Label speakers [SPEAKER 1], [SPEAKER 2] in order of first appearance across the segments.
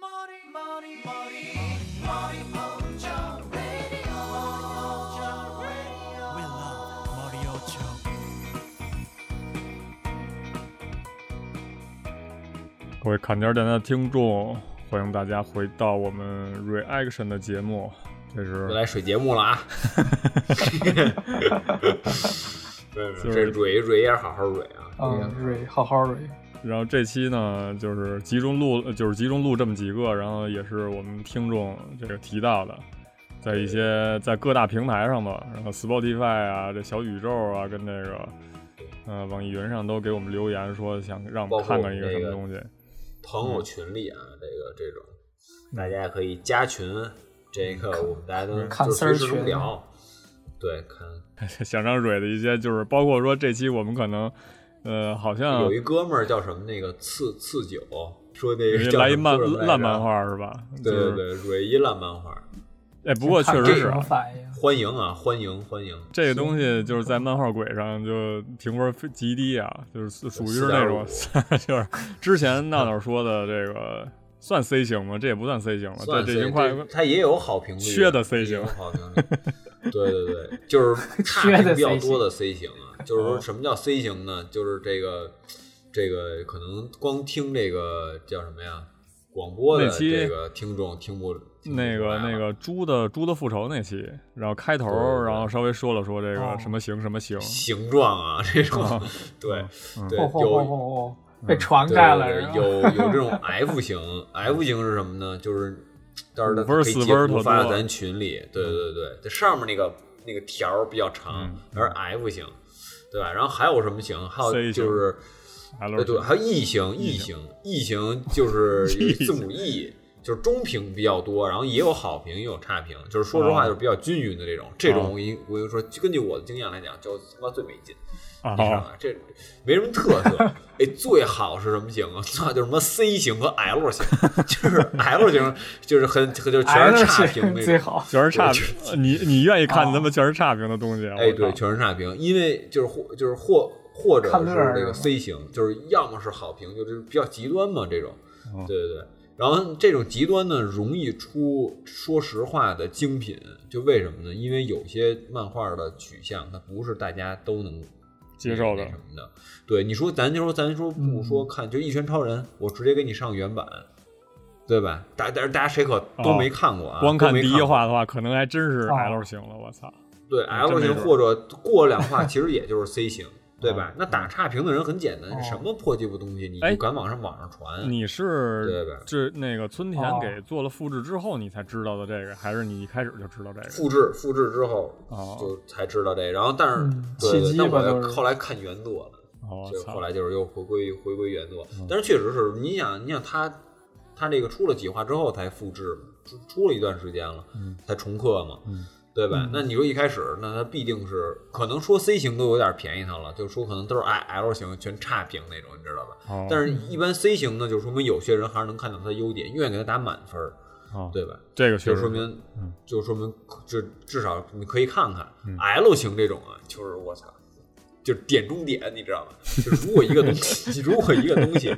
[SPEAKER 1] 머리 머리 머리 머리 먼저 radio 먼저 radio
[SPEAKER 2] We love Mario Show.
[SPEAKER 3] 各位砍点电台的听众，欢迎大家回到我们 Reaction 的节目。这
[SPEAKER 4] 又
[SPEAKER 3] 是
[SPEAKER 4] 来水节目 了啊！没有没有，
[SPEAKER 3] 就
[SPEAKER 4] 这
[SPEAKER 3] 是
[SPEAKER 4] 蕊蕊也是好好蕊啊！
[SPEAKER 5] 嗯，蕊好好蕊，
[SPEAKER 3] 然后这期呢，就是集中录，就是集中录这么几个，然后也是我们听众这个提到的，在一些在各大平台上吧，然后 Spotify 啊，这小宇宙啊，跟这个呃网易云上都给我们留言说想让我
[SPEAKER 4] 包
[SPEAKER 3] 们
[SPEAKER 4] 括
[SPEAKER 3] 看
[SPEAKER 4] 我
[SPEAKER 3] 看
[SPEAKER 4] 们
[SPEAKER 3] 一个
[SPEAKER 4] 这
[SPEAKER 3] 什么
[SPEAKER 4] 个
[SPEAKER 3] 东西。
[SPEAKER 4] 朋友群里啊，这个这种，大家也可以加群，这个我们大家都
[SPEAKER 5] 看
[SPEAKER 4] 就是随时
[SPEAKER 5] 丝儿群
[SPEAKER 4] 能聊。对，看
[SPEAKER 3] 想让蕊的一些，就是包括说这期我们可能呃好像
[SPEAKER 4] 有一哥们儿叫什么那个次次九，说那个
[SPEAKER 3] 人
[SPEAKER 4] 叫
[SPEAKER 3] 来一
[SPEAKER 4] 什么
[SPEAKER 3] 漫
[SPEAKER 4] 说什么来
[SPEAKER 3] 烂
[SPEAKER 4] 着
[SPEAKER 3] 漫，画是吧？
[SPEAKER 4] 对
[SPEAKER 3] 就是
[SPEAKER 4] 对对，蕊一烂漫画，
[SPEAKER 3] 哎，不过确实是
[SPEAKER 5] 什
[SPEAKER 3] 啊
[SPEAKER 5] 么反应？
[SPEAKER 4] 欢迎啊，欢迎欢迎，
[SPEAKER 3] 这个东西就是在漫画轨上就评分非极低啊，就是属于是那种 就是之前闹闹说的这个算 C 型吗？这也不算 C 型了，
[SPEAKER 4] 算
[SPEAKER 3] 啊这
[SPEAKER 4] 是
[SPEAKER 3] 已经快
[SPEAKER 4] 这它也有好评率，啊
[SPEAKER 3] 缺的 C 型
[SPEAKER 4] 也有好评率。对对对， 就是差
[SPEAKER 5] 缺
[SPEAKER 4] 评
[SPEAKER 5] 的
[SPEAKER 4] 比较
[SPEAKER 5] C 型
[SPEAKER 4] 多的 C 型啊。就是
[SPEAKER 3] 哦
[SPEAKER 4] 说什么叫 C 型呢？就是这个这个可能光听这个叫什么呀，广播的
[SPEAKER 3] 那期
[SPEAKER 4] 这个听众听不听不
[SPEAKER 3] 那
[SPEAKER 4] 出
[SPEAKER 3] 个
[SPEAKER 4] 来了
[SPEAKER 3] 那个猪的猪的复仇那期，然后开头
[SPEAKER 4] 对对对
[SPEAKER 3] 然后稍微说了说这
[SPEAKER 5] 哦
[SPEAKER 3] 个什么型什么型，
[SPEAKER 4] 形状啊这种，
[SPEAKER 3] 哦
[SPEAKER 4] 对
[SPEAKER 3] 嗯
[SPEAKER 4] 对
[SPEAKER 5] 哦哦哦
[SPEAKER 4] 有。嗯
[SPEAKER 5] 哦哦，被传开了，
[SPEAKER 4] 对
[SPEAKER 5] 是吧
[SPEAKER 4] 有有这种 F 型，F 型是什么呢？就是到时候
[SPEAKER 3] 五分
[SPEAKER 4] 它
[SPEAKER 3] 儿
[SPEAKER 4] 可以
[SPEAKER 3] 四
[SPEAKER 4] 截
[SPEAKER 3] 分儿
[SPEAKER 4] 图
[SPEAKER 3] 特
[SPEAKER 4] 发到
[SPEAKER 3] 多嗯
[SPEAKER 4] 咱群里。对对对，这上面那个那个条儿比较
[SPEAKER 3] 嗯
[SPEAKER 4] 长，而 F 型，对吧？然后还有什么型？还
[SPEAKER 3] C 型
[SPEAKER 4] 有就是，
[SPEAKER 3] 还
[SPEAKER 4] 呃，
[SPEAKER 3] 有
[SPEAKER 4] 对，还有 E 型，E 型，E 型 就是有字母 E。就是中评比较多，然后也有好评，也有差评。就是说实话，
[SPEAKER 3] 哦
[SPEAKER 4] 就是比较均匀的这种。
[SPEAKER 3] 哦
[SPEAKER 4] 这种我跟你我跟你说，根据我的经验来讲，就他妈最没劲。
[SPEAKER 3] 啊
[SPEAKER 4] 你知道
[SPEAKER 5] 哦
[SPEAKER 4] 吧？这没什么特 色。哎，最好是什么型啊？那就是什么 C 型和 L 型，就是 L 型就是很就是全是差评
[SPEAKER 5] L
[SPEAKER 4] 那
[SPEAKER 5] 最
[SPEAKER 4] 种。
[SPEAKER 5] 好，
[SPEAKER 3] 全是差
[SPEAKER 4] 我
[SPEAKER 3] 评
[SPEAKER 4] 觉，啊
[SPEAKER 3] 你你愿意看
[SPEAKER 5] 哦
[SPEAKER 3] 他妈全是差评的东西？啊
[SPEAKER 4] 哎，
[SPEAKER 3] 我
[SPEAKER 4] 对，
[SPEAKER 3] 靠
[SPEAKER 4] 全是差评，因为就是或就是或或者
[SPEAKER 5] 看乐
[SPEAKER 4] 是
[SPEAKER 5] 儿
[SPEAKER 4] 这
[SPEAKER 5] 是
[SPEAKER 4] 个
[SPEAKER 5] 吧
[SPEAKER 4] C 型，就是要么是好评，就是比较极端嘛这种
[SPEAKER 3] 哦。
[SPEAKER 4] 对对对。然后这种极端呢，容易出说实话的精品，就为什么呢？因为有些漫画的取向，它不是大家都能
[SPEAKER 3] 接受的
[SPEAKER 4] 那什么的。对，你说咱就说咱说不说看，就《一拳超人》，我直接给你上原版，对吧？大但是大家谁可都
[SPEAKER 3] 哦
[SPEAKER 4] 没看过啊，
[SPEAKER 3] 光
[SPEAKER 4] 都
[SPEAKER 3] 看
[SPEAKER 4] 没
[SPEAKER 3] 第一
[SPEAKER 4] 过啊
[SPEAKER 3] 话的话，可能还真是
[SPEAKER 5] 哦
[SPEAKER 3] L 型了，我操！
[SPEAKER 4] 对
[SPEAKER 3] 嗯
[SPEAKER 4] L
[SPEAKER 3] 真没
[SPEAKER 4] 型
[SPEAKER 3] 准儿
[SPEAKER 4] 或者过两话，其实也就是 C 型，对吧
[SPEAKER 3] 嗯？
[SPEAKER 4] 那打差评的人很简
[SPEAKER 5] 哦
[SPEAKER 4] 单，什么破鸡巴东西你
[SPEAKER 3] 哎
[SPEAKER 4] 就敢往上网上传？
[SPEAKER 3] 你
[SPEAKER 4] 对
[SPEAKER 3] 是
[SPEAKER 4] 吧
[SPEAKER 3] 这那个村田
[SPEAKER 5] 哦
[SPEAKER 3] 给做了复制之后，你才知道的这个，还是你一开始就知道这个？
[SPEAKER 4] 复制复制之后
[SPEAKER 3] 哦
[SPEAKER 4] 就才知道这，然后但是
[SPEAKER 5] 嗯
[SPEAKER 4] 对，
[SPEAKER 5] 契
[SPEAKER 4] 对
[SPEAKER 5] 机
[SPEAKER 4] 那
[SPEAKER 5] 吧
[SPEAKER 4] 我
[SPEAKER 5] 都是
[SPEAKER 4] 后来看原作了。
[SPEAKER 3] 哦，
[SPEAKER 4] 嗯就是
[SPEAKER 3] 操嗯
[SPEAKER 4] 后！来就是又回归回归原作，但是确实是你想你想他他这个出了几话之后才复制嘛，出出了一段时间了，
[SPEAKER 3] 嗯
[SPEAKER 4] 才重刻嘛，对吧？那你说一开始那他必定是可能说 C 型都有点便宜他了，就说可能都是 I L 型全差评那种，你知道吧？
[SPEAKER 3] 哦
[SPEAKER 4] 但是一般 C 型呢，就说明有些人还是能看到他的优点，愿意给他打满分儿，
[SPEAKER 3] 哦
[SPEAKER 4] 对吧？
[SPEAKER 3] 这个确
[SPEAKER 4] 就
[SPEAKER 3] 实嗯
[SPEAKER 4] 说明，就说明，就至少你可以看看 L 型这种啊，就是我操，就是点中点，你 知道吗？就是如果一个东西， 如果一个东西，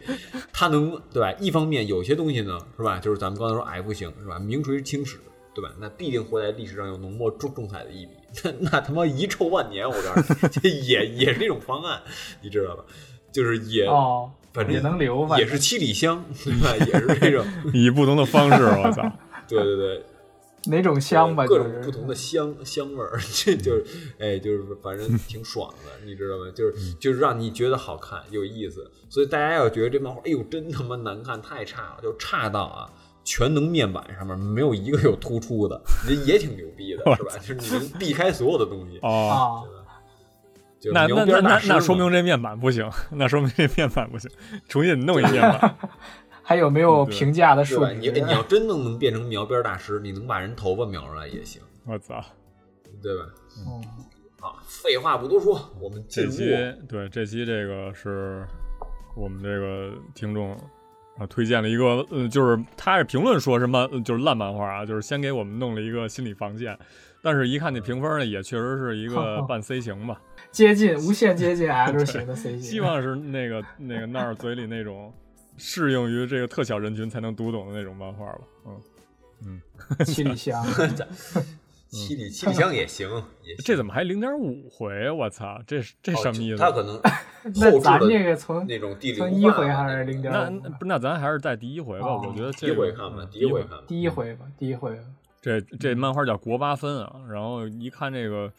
[SPEAKER 4] 它能对吧？一方面有些东西呢，是吧？就是咱们刚才说 F 型是吧？名垂青史，对吧？那必定会在历史上有浓墨重重彩的一笔。那 那他妈遗臭万年，我告诉你， 这也也是一种方案，你知道吧？就是也，
[SPEAKER 5] 哦，
[SPEAKER 4] 反正
[SPEAKER 5] 也能留，反
[SPEAKER 4] 也
[SPEAKER 5] 正
[SPEAKER 4] 是七里香，对吧？也是这种，
[SPEAKER 3] 以不同的方式，我操！
[SPEAKER 4] 对对对。
[SPEAKER 5] 哪种香吧，
[SPEAKER 4] 各
[SPEAKER 5] 就
[SPEAKER 4] 种不
[SPEAKER 5] 是
[SPEAKER 3] 嗯
[SPEAKER 4] 同的香香味儿， 这就是哎，就是反正挺爽的，你知道吗？就是
[SPEAKER 3] 嗯
[SPEAKER 4] 就是让你觉得好看有意思，所以大家要觉得这漫画，哎呦，真他妈难看，太差了，就差到啊。全能面板上面没有一个有突出的，这也挺牛逼的，是吧？就是你能避开所有的东西，
[SPEAKER 3] 哦，
[SPEAKER 5] 啊，
[SPEAKER 4] 就是
[SPEAKER 3] 那
[SPEAKER 4] 牛
[SPEAKER 3] 那
[SPEAKER 4] 逼
[SPEAKER 3] 那
[SPEAKER 4] 儿大
[SPEAKER 3] 那
[SPEAKER 4] 师
[SPEAKER 3] 那
[SPEAKER 4] 嘛
[SPEAKER 3] 说明这面板不行，那说明这面板不行，重新弄一面 板。
[SPEAKER 5] 还有没有评价
[SPEAKER 4] 嗯
[SPEAKER 5] 的
[SPEAKER 4] 对
[SPEAKER 5] 啊数
[SPEAKER 4] 吧？
[SPEAKER 5] 值？
[SPEAKER 4] 你
[SPEAKER 3] 啊
[SPEAKER 4] 你要真能能变成描边儿大师，你能把人头发描出来也行，
[SPEAKER 3] 我操！
[SPEAKER 4] 对吧？
[SPEAKER 5] 嗯
[SPEAKER 4] 啊，废话不多说，我们
[SPEAKER 3] 这
[SPEAKER 4] 进入
[SPEAKER 3] 期对这期这个是我们这个听众啊推荐了一个，呃，就是他是评论说是漫，就是烂漫画啊，就是先给我们弄了一个心理防线，但是一看那评分呢，也确实是一 个半 C 型吧。
[SPEAKER 5] 啊接近无限接近 L 型的 C 型，
[SPEAKER 3] 希望是那个那个那儿嘴里那种适应于这个特小人群才能读懂的那种漫画吧。嗯，
[SPEAKER 5] 七里 香，
[SPEAKER 3] 嗯
[SPEAKER 4] 七里七里香也行， 也行
[SPEAKER 3] 这怎么还零点五回？啊我操，这是这
[SPEAKER 4] 哦
[SPEAKER 3] 什么意思？啊
[SPEAKER 4] 他可能
[SPEAKER 5] 那
[SPEAKER 4] 后
[SPEAKER 5] 咱
[SPEAKER 4] 置
[SPEAKER 5] 这
[SPEAKER 4] 的
[SPEAKER 5] 个从
[SPEAKER 4] 那种第零
[SPEAKER 5] 从一回还是零点
[SPEAKER 3] 那
[SPEAKER 5] 五
[SPEAKER 3] 那？不是那咱还是带第一回吧，
[SPEAKER 5] 哦
[SPEAKER 3] 我觉得
[SPEAKER 4] 第
[SPEAKER 3] 这
[SPEAKER 4] 一
[SPEAKER 3] 个
[SPEAKER 4] 回看吧，
[SPEAKER 3] 嗯
[SPEAKER 4] 第一回看吧。
[SPEAKER 5] 第一回吧，第一回
[SPEAKER 4] 嗯
[SPEAKER 5] 吧。
[SPEAKER 3] 这这漫画叫《国八分》啊，然后一看这个，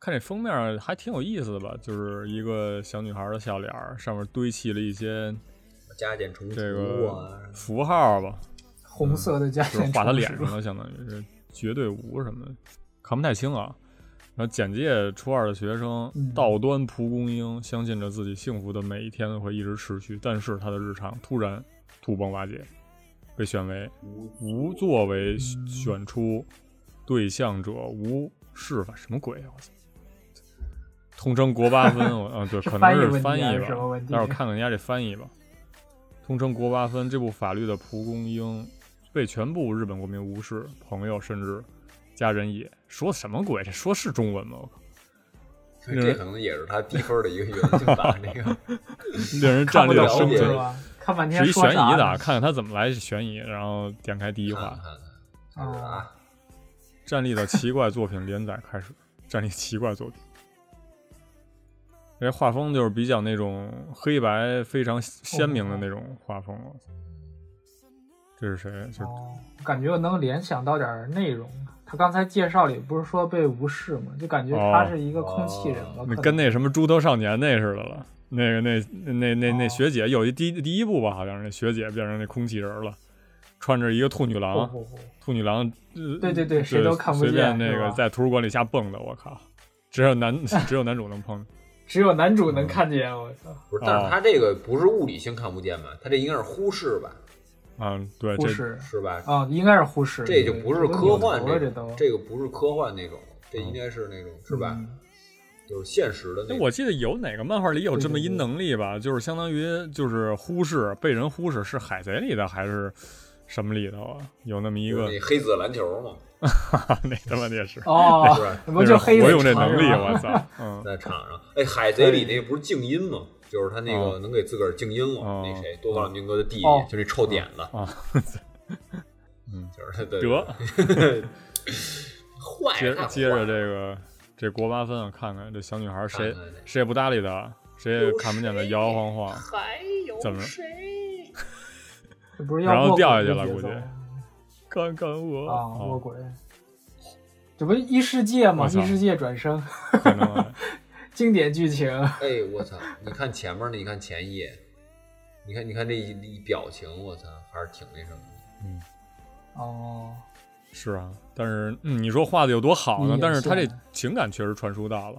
[SPEAKER 3] 看这封面儿还挺有意思的吧，就是一个小女孩的笑脸儿，上面堆砌了一些
[SPEAKER 4] 加减乘
[SPEAKER 3] 这
[SPEAKER 4] 除啊
[SPEAKER 3] 个，嗯符号吧，
[SPEAKER 5] 红色的加
[SPEAKER 3] 就是
[SPEAKER 5] 减
[SPEAKER 3] 画她
[SPEAKER 5] 乘
[SPEAKER 3] 脸
[SPEAKER 5] 除
[SPEAKER 3] 上，了，相当于是绝对无什么的，看不太清啊。然后简介：初二的学生
[SPEAKER 5] 嗯
[SPEAKER 3] 道端蒲公英相信着自己幸福的每一天会一直持续，但是他的日常突然土崩瓦解，被选为无作为选选出对象者无是法什么鬼啊！我操，通称国八分，我啊对，
[SPEAKER 5] 是
[SPEAKER 3] 可能
[SPEAKER 5] 翻译
[SPEAKER 3] 是
[SPEAKER 5] 问题
[SPEAKER 3] 翻
[SPEAKER 5] 还
[SPEAKER 3] 译
[SPEAKER 5] 是
[SPEAKER 3] 吧
[SPEAKER 5] 什么问，题
[SPEAKER 3] 待会儿看看人家这翻译吧。通称国八分，这部法律的蒲公英被全部日本国民无视，朋友甚至家人也说什么鬼？这说是中文吗？我靠
[SPEAKER 4] 这可能也是他低分的一个原因吧。这 个
[SPEAKER 3] 令人战
[SPEAKER 5] 看不
[SPEAKER 3] 略
[SPEAKER 5] 懂
[SPEAKER 4] 了解
[SPEAKER 3] 生
[SPEAKER 5] 是
[SPEAKER 3] 畏。
[SPEAKER 5] 吧？看半天
[SPEAKER 3] 是一
[SPEAKER 5] 说
[SPEAKER 3] 悬疑
[SPEAKER 5] 啥
[SPEAKER 3] 的啊，
[SPEAKER 5] 呢
[SPEAKER 3] 看看他怎么来悬疑，然后点开第一话
[SPEAKER 4] 看，看看
[SPEAKER 5] 啊，
[SPEAKER 4] 啊，
[SPEAKER 3] 站立的奇怪作品连载开始，站立奇怪作品。这画风就是比较那种黑白非常鲜明的那种画风了。这是谁？就是
[SPEAKER 5] 哦，感觉我能联想到点儿内容。他刚才介绍里不是说被无视吗？就感觉他是一个空气人了，
[SPEAKER 3] 那
[SPEAKER 5] 可
[SPEAKER 3] 哦跟
[SPEAKER 5] 能
[SPEAKER 3] 那什么猪头少年那似的了。那个那那那那那学姐有一第一第一部吧，好像是那学姐变成那空气人了，穿着一啊个兔女郎，
[SPEAKER 5] 不不不，
[SPEAKER 3] 兔女郎，呃
[SPEAKER 5] 哦对对对谁都看不
[SPEAKER 3] 随便
[SPEAKER 5] 见
[SPEAKER 3] 那
[SPEAKER 5] 是
[SPEAKER 3] 个
[SPEAKER 5] 吧
[SPEAKER 3] 在图书馆里瞎蹦的，我靠，只有男 只有男主能碰。
[SPEAKER 5] 只有男主能看见，我操！
[SPEAKER 3] 嗯
[SPEAKER 4] 不是，但是他这个不是物理性看不见吧？他这应该是忽视吧，
[SPEAKER 3] 嗯，对，
[SPEAKER 5] 忽
[SPEAKER 3] 这
[SPEAKER 5] 视
[SPEAKER 4] 是吧？
[SPEAKER 5] 啊，应该是忽视，
[SPEAKER 4] 这就不是
[SPEAKER 5] 对
[SPEAKER 4] 科幻
[SPEAKER 5] 我都
[SPEAKER 4] 这
[SPEAKER 5] 扭头
[SPEAKER 4] 种
[SPEAKER 5] 了，，
[SPEAKER 4] 这个不是科幻那种，这应该是那种是吧？
[SPEAKER 5] 嗯
[SPEAKER 4] 就是现实的
[SPEAKER 3] 嗯那
[SPEAKER 4] 那种。
[SPEAKER 3] 我记得有哪个漫画里有这么一能力吧？就是相当于就是忽视被人忽视，是海贼里的还是什么里头啊？有那么一个
[SPEAKER 4] 那，黑子篮球嘛，
[SPEAKER 3] 那他妈的也是，
[SPEAKER 5] 都哦
[SPEAKER 4] 是吧，
[SPEAKER 5] 那不就黑
[SPEAKER 3] 我
[SPEAKER 5] 子
[SPEAKER 3] 有这
[SPEAKER 5] 长
[SPEAKER 3] 能力，
[SPEAKER 5] 吗
[SPEAKER 3] 我操，嗯，
[SPEAKER 4] 在场上，哎，海贼里那不是静音吗？就是他那
[SPEAKER 3] 哦
[SPEAKER 4] 个能给自个儿静音了。
[SPEAKER 3] 哦
[SPEAKER 4] 那谁，多弗朗明哥的弟弟
[SPEAKER 5] 哦，
[SPEAKER 4] 就那臭点子，
[SPEAKER 3] 啊，
[SPEAKER 4] 就是对
[SPEAKER 3] 得
[SPEAKER 4] 坏，
[SPEAKER 3] 接
[SPEAKER 4] 太坏
[SPEAKER 3] 接着
[SPEAKER 4] 了
[SPEAKER 3] 这个这国八分啊，看看这小女孩谁
[SPEAKER 4] 看看这
[SPEAKER 3] 谁也不搭理她，谁也看不见她，摇摇晃晃，
[SPEAKER 1] 还有
[SPEAKER 3] 怎么了
[SPEAKER 1] 谁？
[SPEAKER 5] 这不是要
[SPEAKER 3] 然后
[SPEAKER 5] 卧轨
[SPEAKER 3] 掉下
[SPEAKER 5] 的
[SPEAKER 3] 去了
[SPEAKER 5] 节
[SPEAKER 3] 估计
[SPEAKER 5] 奏
[SPEAKER 3] 看看我
[SPEAKER 5] 啊，卧
[SPEAKER 3] 哦
[SPEAKER 5] 轨。这不是异世界吗
[SPEAKER 3] 我？操
[SPEAKER 5] 异世界转生，
[SPEAKER 3] 可能啊
[SPEAKER 5] 经典剧情。
[SPEAKER 4] 哎，我操！你看前面那，你看前一页，你看，你看这一一表情，我操，还是挺那什么的。
[SPEAKER 5] 哦，
[SPEAKER 3] 是啊，但是嗯你说画的有多好呢
[SPEAKER 5] 你？也
[SPEAKER 3] 但是她这
[SPEAKER 5] 是
[SPEAKER 3] 情感确实传输到了，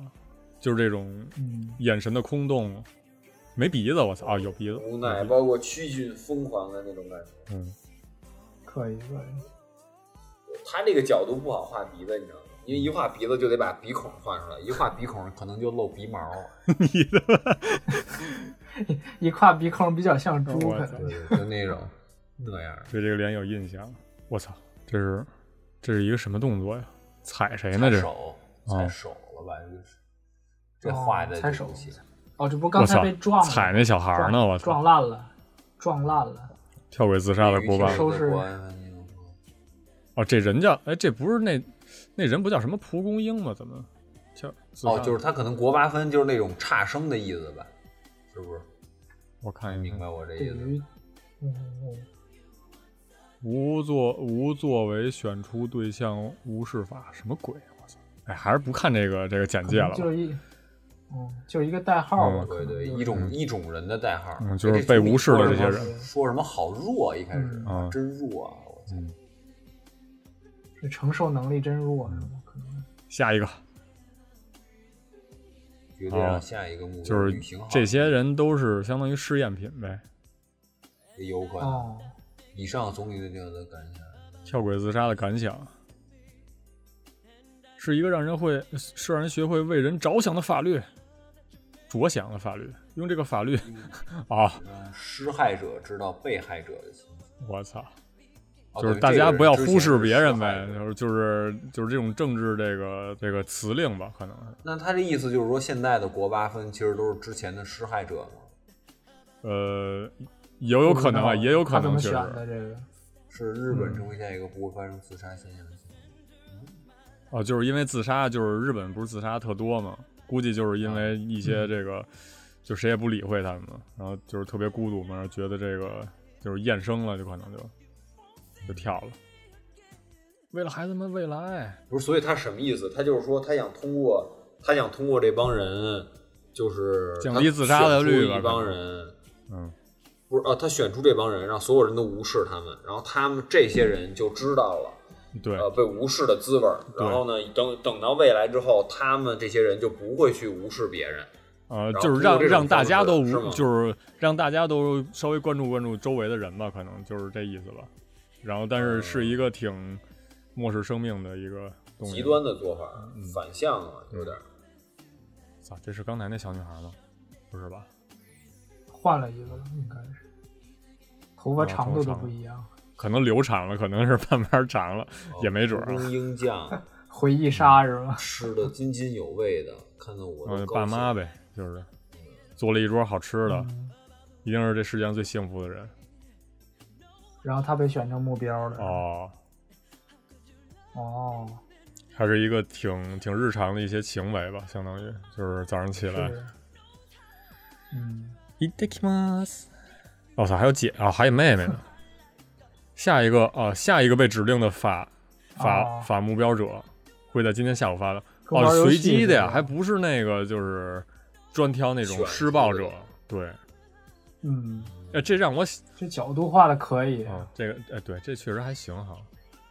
[SPEAKER 3] 就是这种
[SPEAKER 5] 嗯，
[SPEAKER 3] 眼神的空洞，没鼻子，我操啊，有鼻子，
[SPEAKER 4] 无奈，包括趋近疯狂的那种感觉。
[SPEAKER 3] 嗯，
[SPEAKER 5] 可以可以。
[SPEAKER 4] 他这个角度不好画鼻子，你知道吗？因为一画鼻子就得把鼻孔画出来，一画鼻孔可能就露鼻毛。
[SPEAKER 3] 你的
[SPEAKER 5] 一跨鼻孔比较像猪，
[SPEAKER 3] 我
[SPEAKER 5] 可
[SPEAKER 3] 操
[SPEAKER 5] 能
[SPEAKER 4] 对，就那种那样。
[SPEAKER 3] 对这个脸有印象，我操，这是这是一个什么动作呀？踩谁呢？这是
[SPEAKER 4] 手，
[SPEAKER 3] 哦
[SPEAKER 4] 踩手了吧？就是这画的
[SPEAKER 5] 哦踩
[SPEAKER 4] 就
[SPEAKER 5] 手
[SPEAKER 4] 不行
[SPEAKER 5] 哦，这不
[SPEAKER 3] 我
[SPEAKER 5] 刚才
[SPEAKER 3] 操
[SPEAKER 5] 被撞，了，
[SPEAKER 3] 踩那小孩儿呢？我操，
[SPEAKER 5] 撞烂了，撞烂了。
[SPEAKER 3] 跳轨自杀的国
[SPEAKER 4] 于
[SPEAKER 3] 八
[SPEAKER 4] 是
[SPEAKER 5] 收
[SPEAKER 4] 我
[SPEAKER 5] 拾
[SPEAKER 4] 国安
[SPEAKER 3] 哦，这人叫哎，这不是那那人不叫什么蒲公英吗？怎么叫自杀
[SPEAKER 4] 哦，就是他可能国八分就是那种差生的意思吧？是不是？
[SPEAKER 3] 我看一
[SPEAKER 4] 明
[SPEAKER 3] 眼，
[SPEAKER 4] 白我这
[SPEAKER 5] 对
[SPEAKER 4] 意思？
[SPEAKER 5] 于，嗯嗯
[SPEAKER 3] 无作无作为选出对象无视法，什么鬼啊？我操！哎，还是不看这个这个简介
[SPEAKER 5] 嗯，
[SPEAKER 3] 了
[SPEAKER 5] 就
[SPEAKER 3] 吧。
[SPEAKER 5] 是一，嗯，就是一个代号吧
[SPEAKER 3] 嗯。
[SPEAKER 4] 对对，
[SPEAKER 5] 嗯
[SPEAKER 4] 一种一种人的代号
[SPEAKER 3] 嗯，就是被无视的这些人
[SPEAKER 4] 说什么好弱，一开始
[SPEAKER 5] 嗯
[SPEAKER 3] 啊嗯
[SPEAKER 4] 真弱啊！我操
[SPEAKER 5] 这承受能力真弱，是吗？可能
[SPEAKER 3] 下一个
[SPEAKER 4] 绝对
[SPEAKER 3] 哦
[SPEAKER 4] 让下一个目标
[SPEAKER 3] 就是
[SPEAKER 4] 旅行好
[SPEAKER 3] 这些人都是相当于试验品呗，
[SPEAKER 4] 也有可能。
[SPEAKER 5] 哦，
[SPEAKER 4] 以上总理对这个的感想，
[SPEAKER 3] 跳轨自杀的感想，是一个让人会是让人学会为人着想的法律，着想的法律，用这个法律
[SPEAKER 4] 嗯
[SPEAKER 3] 啊，
[SPEAKER 4] 让施害者知道被害者的心情。
[SPEAKER 3] 我操！
[SPEAKER 4] 哦
[SPEAKER 3] 就是
[SPEAKER 4] 对
[SPEAKER 3] 大
[SPEAKER 4] 这个
[SPEAKER 3] 家
[SPEAKER 4] 人
[SPEAKER 3] 不要
[SPEAKER 4] 之
[SPEAKER 3] 忽
[SPEAKER 4] 前
[SPEAKER 3] 视
[SPEAKER 4] 是
[SPEAKER 3] 别
[SPEAKER 4] 施
[SPEAKER 3] 人
[SPEAKER 4] 害
[SPEAKER 3] 呗，就是
[SPEAKER 4] 者
[SPEAKER 3] 就是就是这种政治这个这个辞令吧，可能是
[SPEAKER 4] 那他这意思就是说，现在的国八分其实都是之前的施害者吗？
[SPEAKER 3] 呃也有可能啊，
[SPEAKER 5] 不知道
[SPEAKER 3] 也有可
[SPEAKER 5] 他怎
[SPEAKER 3] 能
[SPEAKER 5] 么
[SPEAKER 3] 确
[SPEAKER 5] 选
[SPEAKER 3] 实
[SPEAKER 5] 的这个，
[SPEAKER 4] 是日本出现一个不会发生自杀现象。
[SPEAKER 3] 啊，就是因为自杀，就是日本不是自杀特多嘛，估计就是因为一
[SPEAKER 4] 嗯
[SPEAKER 3] 些这个，就谁也不理会他们嘛，然后就是特别孤独嘛，然后觉得这个就是厌生了，就可能就就跳了，为了孩子们未来，
[SPEAKER 4] 不是，所以他什么意思？他就是说他想通过他想通过这帮人，就是
[SPEAKER 3] 降
[SPEAKER 4] 他
[SPEAKER 3] 低自杀的
[SPEAKER 4] 选出
[SPEAKER 3] 率吧
[SPEAKER 4] 一帮人，
[SPEAKER 3] 嗯，
[SPEAKER 4] 不是啊，他选出这帮人，让所有人都无视他们，然后他们这些人就知道了。
[SPEAKER 3] 对，
[SPEAKER 4] 呃，被无视的滋味儿，
[SPEAKER 3] 对
[SPEAKER 4] 然后呢，等等到未来之后，他们这些人就不会去无视别人，
[SPEAKER 3] 呃，
[SPEAKER 4] 后
[SPEAKER 3] 就是
[SPEAKER 4] 通过
[SPEAKER 3] 让
[SPEAKER 4] 这种
[SPEAKER 3] 让大
[SPEAKER 4] 方
[SPEAKER 3] 家
[SPEAKER 4] 式
[SPEAKER 3] 都
[SPEAKER 4] 是
[SPEAKER 3] 无，
[SPEAKER 4] 吗
[SPEAKER 3] 就是让大家都稍微关注关注周围的人吧，可能就是这意思吧。然后，但是是一个挺漠视生命的一个东西。
[SPEAKER 4] 嗯极端的做法，
[SPEAKER 3] 嗯
[SPEAKER 4] 反向啊，有点儿。
[SPEAKER 3] 操、这是刚才那小女孩吗？不是吧？
[SPEAKER 5] 换了一个了，应该是，头发
[SPEAKER 3] 哦
[SPEAKER 5] 长
[SPEAKER 3] 头
[SPEAKER 5] 度
[SPEAKER 3] 发
[SPEAKER 5] 都
[SPEAKER 3] 长
[SPEAKER 5] 不一样，
[SPEAKER 3] 可能流产了，可能是 慢慢长了，也没准儿啊。
[SPEAKER 4] 哦中英 将
[SPEAKER 5] 回忆杀是吧？
[SPEAKER 4] 吃的津津有味的，看到我
[SPEAKER 3] 嗯
[SPEAKER 4] 的，高
[SPEAKER 3] 爸妈
[SPEAKER 4] 兴，
[SPEAKER 3] 呗，就是做了一桌好吃的，
[SPEAKER 5] 嗯
[SPEAKER 3] 一定是这世界上最幸福的人
[SPEAKER 5] 嗯然后他被选成目标了。
[SPEAKER 3] 哦。
[SPEAKER 5] 哦，
[SPEAKER 3] 还是一个挺挺日常的一些行为吧，相当于就是早上起来。
[SPEAKER 5] 是，嗯，
[SPEAKER 3] いってきます。我操，还有姐啊，还有妹妹呢。下一个啊，下一个被指定的法法、
[SPEAKER 5] 哦
[SPEAKER 3] 法目标者会在今天下午发的。
[SPEAKER 5] 跟
[SPEAKER 3] 哦，
[SPEAKER 5] 玩
[SPEAKER 3] 是
[SPEAKER 5] 游
[SPEAKER 3] 随
[SPEAKER 5] 戏
[SPEAKER 3] 机的呀，
[SPEAKER 5] 似的
[SPEAKER 3] 还不是那个就是专挑那种
[SPEAKER 4] 选
[SPEAKER 3] 施暴者
[SPEAKER 4] 出来。
[SPEAKER 3] 对，
[SPEAKER 5] 嗯，
[SPEAKER 3] 呃，这让我想
[SPEAKER 5] 这角度画的可以，
[SPEAKER 3] 啊，这个哎，对，这确实还行哈。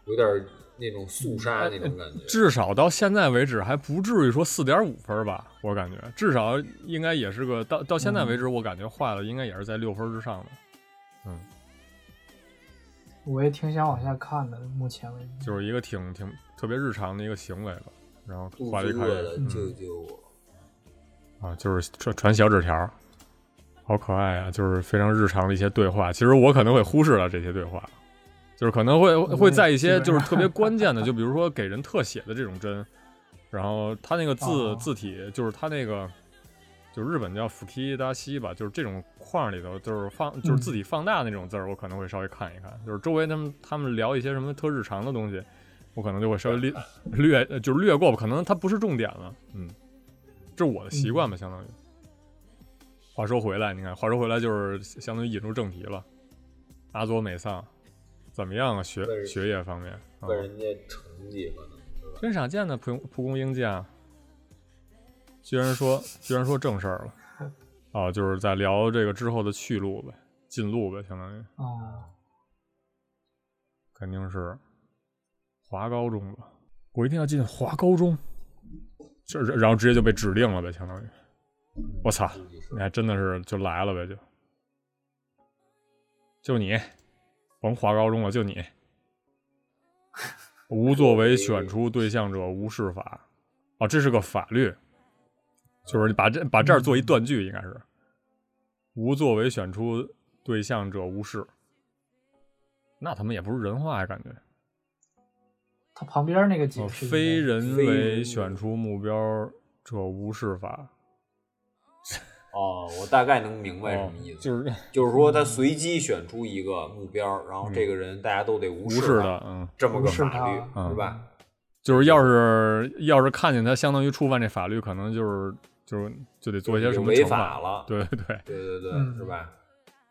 [SPEAKER 4] 有点儿那种肃杀那种感觉。
[SPEAKER 3] 至少到现在为止还不至于说四点五分吧，我感觉至少应该也是个到到现在为止，我感觉画的应该也是在六分之上的，
[SPEAKER 5] 我也挺想往下看的。目前为止，
[SPEAKER 3] 就是一个挺挺特别日常的一个行为吧。然后
[SPEAKER 4] 肚
[SPEAKER 3] 画了
[SPEAKER 4] 子
[SPEAKER 3] 一看
[SPEAKER 4] 饿了，
[SPEAKER 3] 嗯
[SPEAKER 4] 救救我！
[SPEAKER 3] 啊，就是传传小纸条儿，好可爱啊！就是非常日常的一些对话。其实我可能会忽视了这些对话，就是可能会会在一些就是特别关键的，就比如说给人特写的这种针，然后它那个字、
[SPEAKER 5] 哦
[SPEAKER 3] 字体就是它那个。就是日本叫 “fuki da s 吧，就是这种框里头，就是放就是字体放大那种字儿，我可能会稍微看一看。就是周围他们他们聊一些什么特日常的东西，我可能就会稍微略略呃就是略过吧，可能它不是重点了。嗯，这是我的习惯吧，相当于。话说回来，你看，话说回来就是相当于引入正题了。阿佐美丧怎么样啊？学
[SPEAKER 4] 对
[SPEAKER 3] 学业方面，啊
[SPEAKER 4] 问人家成绩可能是吧？
[SPEAKER 3] 真少见的蒲蒲公英酱，居然说居然说正事儿了。啊，就是在聊这个之后的去路呗，近路呗，相当于
[SPEAKER 5] 哦，
[SPEAKER 3] 肯定是华高中吧。我一定要进华高中，这然后直接就被指定了呗，相当于。我操，
[SPEAKER 4] 估计是
[SPEAKER 3] 你还真的是就来了呗，就就你，甭华高中了，就你。无作为选出对象者无视法，哦，这是个法律，就是把这把这儿做一断句，应该是无作为选出对象者无视，那他妈也不是人话呀，感觉。
[SPEAKER 5] 他旁边那个
[SPEAKER 3] 哦
[SPEAKER 5] 解释应该
[SPEAKER 3] 非人
[SPEAKER 4] 非
[SPEAKER 3] 为
[SPEAKER 4] 人
[SPEAKER 3] 选出目标者无视法，
[SPEAKER 4] 哦，我大概能明白什么意思，
[SPEAKER 3] 哦就是
[SPEAKER 4] 就是说他随机选出一个目标，然后这个人大家都得无
[SPEAKER 3] 嗯无
[SPEAKER 4] 视
[SPEAKER 3] 视
[SPEAKER 4] 他
[SPEAKER 3] 的，嗯，
[SPEAKER 4] 这么个
[SPEAKER 5] 无视
[SPEAKER 4] 法律
[SPEAKER 5] 他
[SPEAKER 3] 嗯
[SPEAKER 4] 是吧？
[SPEAKER 3] 就是要是要是看见他，相当于触犯这法律，可能就是就是就得做一些什么
[SPEAKER 4] 违
[SPEAKER 3] 惩
[SPEAKER 4] 法
[SPEAKER 3] 罚。
[SPEAKER 4] 了，
[SPEAKER 3] 对 对对，
[SPEAKER 4] 对对对，
[SPEAKER 5] 嗯
[SPEAKER 4] 是吧？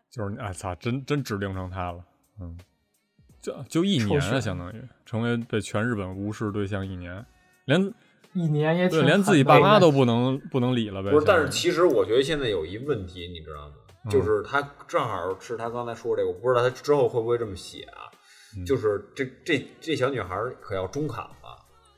[SPEAKER 3] 就是你哎操，真真指定成他了，嗯，就就一
[SPEAKER 5] 抽
[SPEAKER 3] 年啊，
[SPEAKER 5] 血
[SPEAKER 3] 相当于成为被全日本无视对象一年，连
[SPEAKER 5] 一年也挺
[SPEAKER 3] 对连自己
[SPEAKER 5] 狠
[SPEAKER 3] 爸
[SPEAKER 5] 的
[SPEAKER 3] 妈都不能不能理了呗。
[SPEAKER 4] 不是，但是
[SPEAKER 3] 相当于
[SPEAKER 4] 其实我觉得现在有一问题，你知道吗？
[SPEAKER 3] 嗯
[SPEAKER 4] 就是他正好是他刚才说这个，我不知道他之后会不会这么写啊？
[SPEAKER 3] 嗯
[SPEAKER 4] 就是这这这小女孩可要中考了，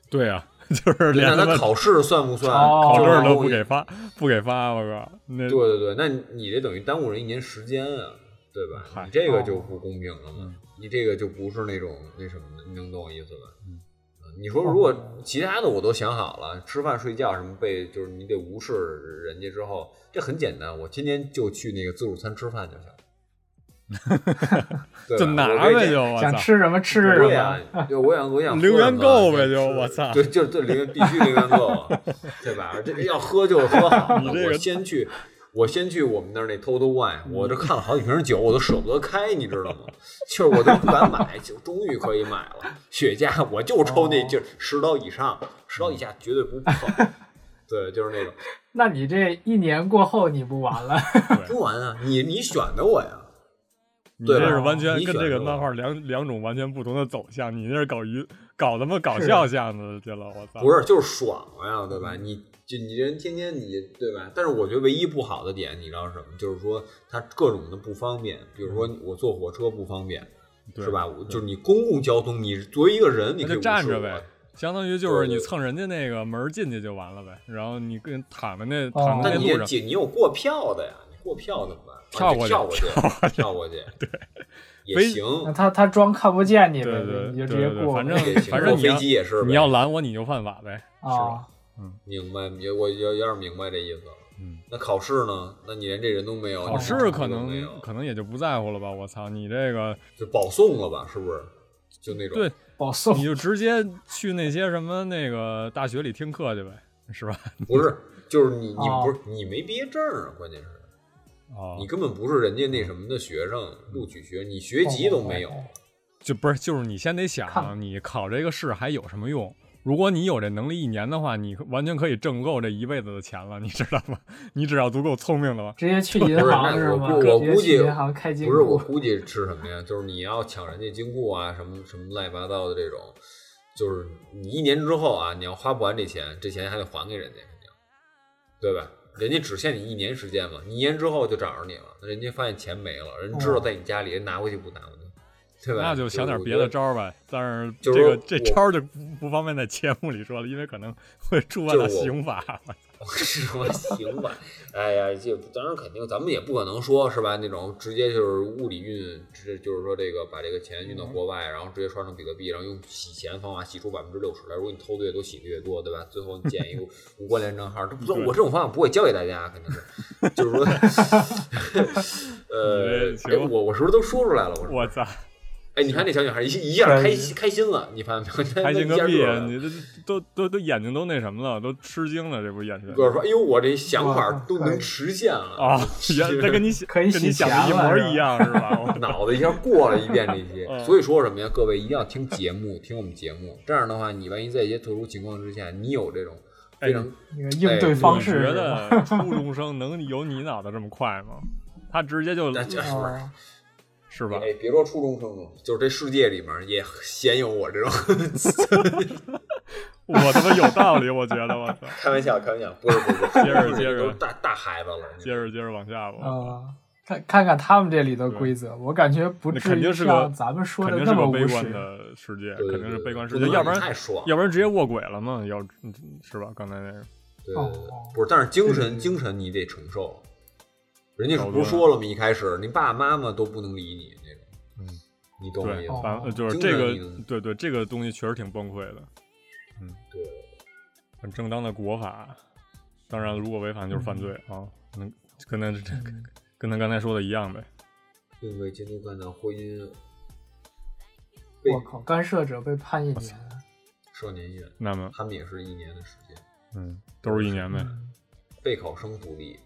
[SPEAKER 3] 对啊， 就是连
[SPEAKER 4] 那
[SPEAKER 3] 他
[SPEAKER 4] 她
[SPEAKER 3] 妈
[SPEAKER 4] 考试算不算？
[SPEAKER 5] 哦
[SPEAKER 3] 考证
[SPEAKER 4] 就是
[SPEAKER 3] 都不给发，不给发，我靠，那
[SPEAKER 4] 对对对，那你这等于耽误人一年时间啊，对吧？
[SPEAKER 3] 嗨哦嗯
[SPEAKER 4] 你这个就不公平了嘛，你这个就不是那种那什么的，你能懂我意思吧？
[SPEAKER 3] 嗯
[SPEAKER 4] 嗯你说如果其他的我都想好了，吃饭睡觉什么被就是你得无视人家之后，这很简单，我天天就去那个自助餐吃饭就 行了，对吧
[SPEAKER 3] 就拿
[SPEAKER 4] 我可以
[SPEAKER 3] 呗
[SPEAKER 4] 这
[SPEAKER 3] 就我
[SPEAKER 5] 想
[SPEAKER 3] 操。
[SPEAKER 5] 吃什么吃什
[SPEAKER 4] 对呀
[SPEAKER 5] 么，，
[SPEAKER 4] 就我想我想喝
[SPEAKER 3] 零元
[SPEAKER 4] 嘛
[SPEAKER 3] 购呗
[SPEAKER 4] 是
[SPEAKER 3] 就我操
[SPEAKER 4] 对，就是对零元必须零元购，对吧？这要喝就喝好了，
[SPEAKER 3] 你这个嗯
[SPEAKER 4] 我先去。我先去我们那儿那偷偷怪，我这看了好几瓶酒，我都舍不得开，你知道吗？就是我都不敢买，就终于可以买了。雪茄我就抽那
[SPEAKER 5] 哦
[SPEAKER 4] 就是十刀以上，十刀以下绝对不 碰。对，就是那种
[SPEAKER 5] 那你这一年过后你不完 了？
[SPEAKER 4] 不玩啊，你你选的我呀，
[SPEAKER 3] 你
[SPEAKER 4] 对
[SPEAKER 3] 这
[SPEAKER 4] 吧
[SPEAKER 3] 是完全
[SPEAKER 4] 你
[SPEAKER 3] 跟
[SPEAKER 4] 选
[SPEAKER 3] 这个
[SPEAKER 4] 择
[SPEAKER 3] 漫
[SPEAKER 4] 了
[SPEAKER 3] 画两两种完全不同的走向，你那是搞娱搞他妈搞
[SPEAKER 5] 是
[SPEAKER 3] 笑向子去了，我操！
[SPEAKER 4] 不是，就是爽呀，对吧？你就你人天天你对吧？但是我觉得唯一不好的点，你知道是什么？就是说它各种的不方便，比如说我坐火车不方便，
[SPEAKER 3] 嗯对
[SPEAKER 4] 是吧？我就是你公共交通，你作为一个人，你
[SPEAKER 3] 那
[SPEAKER 4] 可以
[SPEAKER 3] 就
[SPEAKER 4] 无
[SPEAKER 3] 站
[SPEAKER 4] 视
[SPEAKER 3] 着
[SPEAKER 4] 我
[SPEAKER 3] 呗，相当于就是
[SPEAKER 4] 对
[SPEAKER 3] 你
[SPEAKER 4] 对
[SPEAKER 3] 蹭人家那个门儿进去就完了呗，然后你跟躺在那躺在
[SPEAKER 5] 哦
[SPEAKER 3] 那
[SPEAKER 4] 但你也
[SPEAKER 3] 路上，
[SPEAKER 4] 姐，你有过票的呀？你过票怎么办？
[SPEAKER 3] 跳
[SPEAKER 4] 啊
[SPEAKER 3] 过去
[SPEAKER 4] 跳过去，跳过 去，对，也
[SPEAKER 3] 飞
[SPEAKER 4] 行。
[SPEAKER 5] 那他他装看不见你
[SPEAKER 3] 对
[SPEAKER 5] 呗，啊
[SPEAKER 3] 对
[SPEAKER 5] 你就
[SPEAKER 3] 对
[SPEAKER 5] 直接
[SPEAKER 3] 对对，
[SPEAKER 5] 过。
[SPEAKER 3] 反
[SPEAKER 4] 也
[SPEAKER 3] 正
[SPEAKER 4] 行
[SPEAKER 3] 反正
[SPEAKER 4] 坐
[SPEAKER 3] 你
[SPEAKER 4] 飞
[SPEAKER 3] 要
[SPEAKER 4] 机也是呗
[SPEAKER 3] 你要拦我你就犯法呗，
[SPEAKER 5] 啊，
[SPEAKER 4] 明白，也我有点明白这意思了。
[SPEAKER 3] 嗯，
[SPEAKER 4] 那考试呢？那你连这人都没有，
[SPEAKER 3] 考
[SPEAKER 4] 你什
[SPEAKER 3] 试
[SPEAKER 4] 么
[SPEAKER 3] 可
[SPEAKER 4] 都没有
[SPEAKER 3] 能可能也就不在乎了吧，我操，你这个
[SPEAKER 4] 就保送了吧？是不是？就那种
[SPEAKER 3] 对
[SPEAKER 5] 保送
[SPEAKER 3] 你就直接去那些什么那个大学里听课去呗，是吧？
[SPEAKER 4] 不是，就是你你
[SPEAKER 5] 哦
[SPEAKER 4] 不是你没毕业证啊，关键是
[SPEAKER 3] 哦
[SPEAKER 4] 你根本不是人家那什么的学生，录取学你学籍
[SPEAKER 5] 哦
[SPEAKER 4] 都没有。
[SPEAKER 3] 就不是就是你先得想，
[SPEAKER 5] 看
[SPEAKER 3] 你考这个试还有什么用？如果你有这能力一年的话，你完全可以挣够这一辈子的钱了，你知道吗？你只要足够聪明的话，
[SPEAKER 5] 直接去 银
[SPEAKER 4] 不是
[SPEAKER 5] 行
[SPEAKER 4] 那
[SPEAKER 5] 是
[SPEAKER 4] 我
[SPEAKER 5] 吗？
[SPEAKER 4] 估我
[SPEAKER 5] 直接
[SPEAKER 4] 估
[SPEAKER 5] 去
[SPEAKER 4] 计
[SPEAKER 5] 银行开金
[SPEAKER 4] 不是我
[SPEAKER 5] 库。
[SPEAKER 4] 估计是什么呀？就是你要抢人家金库啊，什么什么乱七八糟的这种，就是你一年之后啊，你要花不完这钱，这钱还得还给人家，肯定，对吧？人家只限你一年时间嘛，你一年之后就找着你了，那人家发现钱没了，人
[SPEAKER 5] 哦
[SPEAKER 4] 知道在你家里，人拿回去不拿回去，对吧？
[SPEAKER 3] 那就想点
[SPEAKER 4] 是我
[SPEAKER 3] 别
[SPEAKER 4] 觉
[SPEAKER 3] 的
[SPEAKER 4] 得
[SPEAKER 3] 招儿吧。但是这
[SPEAKER 4] 就是
[SPEAKER 3] 个
[SPEAKER 4] 说
[SPEAKER 3] 这
[SPEAKER 4] 我
[SPEAKER 3] 招儿就不不方便在节目里说了，因为可能会触犯
[SPEAKER 4] 就
[SPEAKER 3] 到
[SPEAKER 4] 我
[SPEAKER 3] 刑法。
[SPEAKER 4] 什么行吧？哎呀，这当然肯定，咱们也不可能说是吧？那种直接就是物理运，直就是说这个把这个钱运到国外，然后直接刷成比特币，然后用洗钱方法洗出百分之六十来。如果你偷的越多，洗的越多，对吧？最后你建一个无关联账号，这不算
[SPEAKER 3] 对
[SPEAKER 4] 我这种方法不会教给大家，肯定是，就是说，呃
[SPEAKER 3] 你这，行
[SPEAKER 4] 哎，我我是不是都说出来了？我是
[SPEAKER 3] 我操，
[SPEAKER 4] 哎，你看那小女孩一一下
[SPEAKER 5] 可
[SPEAKER 4] 开
[SPEAKER 5] 以
[SPEAKER 4] 心开心了，你发现没有？
[SPEAKER 3] 开心
[SPEAKER 4] 一下
[SPEAKER 3] 个屁啊
[SPEAKER 4] 热了！！
[SPEAKER 3] 你这都都都眼睛都那什么了，都吃惊了，这不是眼神
[SPEAKER 4] 我说，哎呦，我这想法
[SPEAKER 5] 哇
[SPEAKER 4] 都能
[SPEAKER 5] 可以
[SPEAKER 4] 实现了
[SPEAKER 3] 啊！原这跟你想
[SPEAKER 5] 可以
[SPEAKER 3] 跟你
[SPEAKER 5] 洗
[SPEAKER 3] 想
[SPEAKER 5] 钱
[SPEAKER 3] 的一
[SPEAKER 5] 了
[SPEAKER 3] 模
[SPEAKER 5] 是吧
[SPEAKER 3] 一样是吧？我，
[SPEAKER 4] 脑子一下过了一遍这些
[SPEAKER 3] 嗯
[SPEAKER 4] 所以说什么呀？各位一定要听节目，听我们节目。这样的话，你万一在一些特殊情况之下，你有这种非
[SPEAKER 3] 哎
[SPEAKER 4] 常
[SPEAKER 5] 那个应对
[SPEAKER 4] 方
[SPEAKER 5] 方
[SPEAKER 3] 你
[SPEAKER 5] 式
[SPEAKER 3] 觉
[SPEAKER 5] 是吧，
[SPEAKER 3] 得初中生能有你脑子这么快吗？ 他直接就
[SPEAKER 4] 那这是不是？
[SPEAKER 5] 哦
[SPEAKER 3] 是吧？
[SPEAKER 4] 哎，别说初中生了，就是这世界里面也鲜有我这种。
[SPEAKER 3] 我他妈有道理，我觉得我操。
[SPEAKER 4] 开玩笑，开玩笑，不是不是，
[SPEAKER 3] 接着接着
[SPEAKER 4] 都是大大孩子了，
[SPEAKER 3] 接着接着往下吧，
[SPEAKER 5] 呃，看看看他们这里的规则，我感觉不
[SPEAKER 3] 那
[SPEAKER 5] 至
[SPEAKER 3] 肯
[SPEAKER 5] 于
[SPEAKER 3] 定是个
[SPEAKER 5] 像咱们说
[SPEAKER 3] 肯
[SPEAKER 5] 的
[SPEAKER 3] 定
[SPEAKER 5] 那
[SPEAKER 3] 是
[SPEAKER 5] 么
[SPEAKER 3] 个
[SPEAKER 5] 无
[SPEAKER 3] 悲观
[SPEAKER 5] 耻。
[SPEAKER 3] 的世界，
[SPEAKER 4] 对，对
[SPEAKER 3] 肯定是悲观世界，
[SPEAKER 4] 对
[SPEAKER 3] 要不
[SPEAKER 4] 太
[SPEAKER 3] 然
[SPEAKER 4] 爽，
[SPEAKER 3] 要不然直接卧轨了嘛，要嗯是吧？刚才那个
[SPEAKER 4] 对
[SPEAKER 5] 哦
[SPEAKER 4] 对对，不是，但是精神精神你得承受。人家不是说了吗？一开始你爸爸妈妈都不能理你那种，
[SPEAKER 3] 嗯，
[SPEAKER 4] 你懂我意
[SPEAKER 3] 对
[SPEAKER 4] 思
[SPEAKER 5] 哦
[SPEAKER 4] 吗？，
[SPEAKER 3] 反正就是
[SPEAKER 4] 精
[SPEAKER 3] 这
[SPEAKER 4] 神
[SPEAKER 3] 个
[SPEAKER 4] 力呢，
[SPEAKER 3] 对对，这个东西确实挺崩溃的，嗯，
[SPEAKER 4] 对，
[SPEAKER 3] 很正当的国法，当然如果违反就是犯罪
[SPEAKER 5] 嗯
[SPEAKER 3] 啊，能跟咱这跟咱刚才说的一样呗，
[SPEAKER 4] 并未监督干的婚姻对
[SPEAKER 5] 我靠，干涉者被判一年，
[SPEAKER 4] 少年院，
[SPEAKER 3] 那么
[SPEAKER 4] 他们也是一年的时间，
[SPEAKER 3] 嗯，都是一年呗。
[SPEAKER 5] 嗯
[SPEAKER 4] 备考生独立，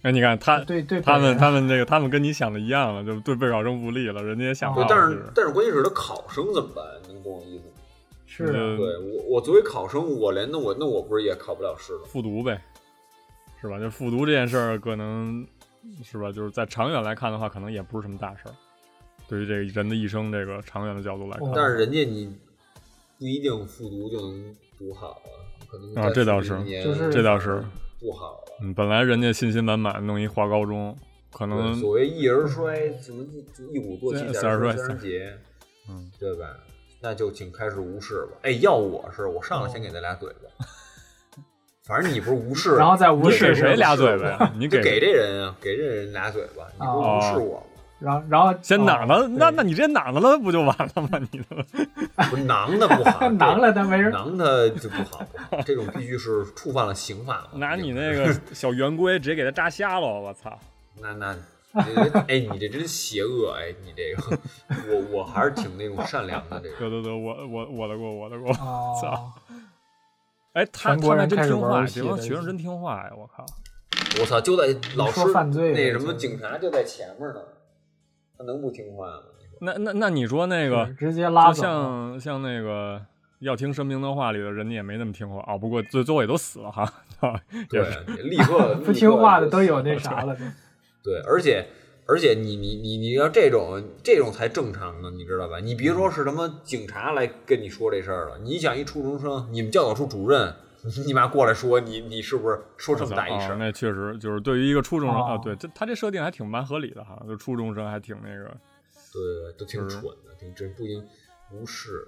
[SPEAKER 3] 哎，你看他
[SPEAKER 5] 对对，
[SPEAKER 3] 他们
[SPEAKER 5] 本人
[SPEAKER 3] 他们这个他们跟你想的一样了，就对备考生不利了，人家也想
[SPEAKER 5] 哦
[SPEAKER 3] 好
[SPEAKER 4] 对
[SPEAKER 3] 了，，
[SPEAKER 4] 但
[SPEAKER 3] 就是
[SPEAKER 4] 但是关键是他考生怎么办？能懂我意思吗？
[SPEAKER 3] 嗯
[SPEAKER 5] 是
[SPEAKER 4] 对我我作为考生，我连那我那我不是也考不了试了？
[SPEAKER 3] 复读呗，是吧？就复读这件事儿，可能是吧，就是在长远来看的话，可能也不是什么大事儿。对于这个人的一生，这个长远的角度来看，
[SPEAKER 5] 哦
[SPEAKER 4] 但是人家你不一定复读就能读好啊，可能
[SPEAKER 3] 啊
[SPEAKER 4] 再
[SPEAKER 3] 这倒
[SPEAKER 4] 复读一
[SPEAKER 3] 是
[SPEAKER 4] 年
[SPEAKER 5] 就是
[SPEAKER 3] 这倒是，
[SPEAKER 4] 不好了。
[SPEAKER 3] 嗯，本来人家信心满满，弄一华高中，可
[SPEAKER 4] 对
[SPEAKER 3] 能
[SPEAKER 4] 所谓一人衰，什么一一鼓作气，
[SPEAKER 3] 三
[SPEAKER 4] 三
[SPEAKER 3] 三
[SPEAKER 4] 衰
[SPEAKER 3] 十衰
[SPEAKER 4] 三十竭，
[SPEAKER 3] 嗯，
[SPEAKER 4] 对吧？那就请开始无视吧。哎，要我是，我上来先给他俩嘴巴。 反正你不是无视，
[SPEAKER 5] 然后再无
[SPEAKER 3] 你
[SPEAKER 5] 视
[SPEAKER 3] 给
[SPEAKER 5] 是吧
[SPEAKER 3] 谁俩嘴巴呀？你
[SPEAKER 4] 就给
[SPEAKER 3] 给
[SPEAKER 4] 这人啊，给这人俩嘴巴，你不
[SPEAKER 5] 哦
[SPEAKER 4] 无视我吗？
[SPEAKER 5] 然后然后哦
[SPEAKER 3] 先
[SPEAKER 5] 哪
[SPEAKER 4] 哦
[SPEAKER 3] 囊了，那那你直接囊了不就完了吗？你他妈
[SPEAKER 4] 不是囊他不好，
[SPEAKER 5] 囊了但没人
[SPEAKER 4] 囊他就不好， 不好这种必须是触犯了刑法嘛。
[SPEAKER 3] 拿你那个小圆规直接给他扎瞎了，我操！
[SPEAKER 4] 那那，你 这哎，你这真邪恶哎，你这个， 我我还是挺那种善良的 这个。
[SPEAKER 3] 得得得，我我我的过，我的哎过。
[SPEAKER 5] 哦，
[SPEAKER 3] 哎，他
[SPEAKER 5] 全
[SPEAKER 3] 他
[SPEAKER 5] 国
[SPEAKER 3] 们
[SPEAKER 5] 人
[SPEAKER 3] 真
[SPEAKER 5] 开始
[SPEAKER 3] 听
[SPEAKER 5] 玩
[SPEAKER 3] 话，
[SPEAKER 5] 游戏
[SPEAKER 3] 这帮
[SPEAKER 5] 了
[SPEAKER 3] 学生真听话呀！我靠，
[SPEAKER 4] 我操，就在老师
[SPEAKER 5] 你说犯罪了
[SPEAKER 4] 那什么
[SPEAKER 5] 就是
[SPEAKER 4] 警察就在前面呢，他能不听话吗？
[SPEAKER 3] 那那那你说那个，
[SPEAKER 5] 直接拉
[SPEAKER 3] 就
[SPEAKER 5] 走了。
[SPEAKER 3] 像像那个要听声明的话里的人，你也没那么听话啊、不过最最后也都死了哈，也
[SPEAKER 4] 对啊
[SPEAKER 3] 是，
[SPEAKER 4] 立刻
[SPEAKER 5] 不听话的都有
[SPEAKER 4] 那。
[SPEAKER 5] 那啥了，都
[SPEAKER 4] 对，而且而且你你你你要这种这种才正常呢，你知道吧？你别说是他妈警察来跟你说这事儿了，你想一初中生，你们教导处主任，你妈过来说你你是不是说这么大一
[SPEAKER 3] 啊
[SPEAKER 4] 声？
[SPEAKER 3] 那确实就是对于一个初中生、
[SPEAKER 5] 哦
[SPEAKER 3] 啊，对，这他这设定还挺蛮合理的哈，就初中生还挺那个，
[SPEAKER 4] 对对对，都
[SPEAKER 3] 嗯
[SPEAKER 4] 挺蠢的，挺真不应无视。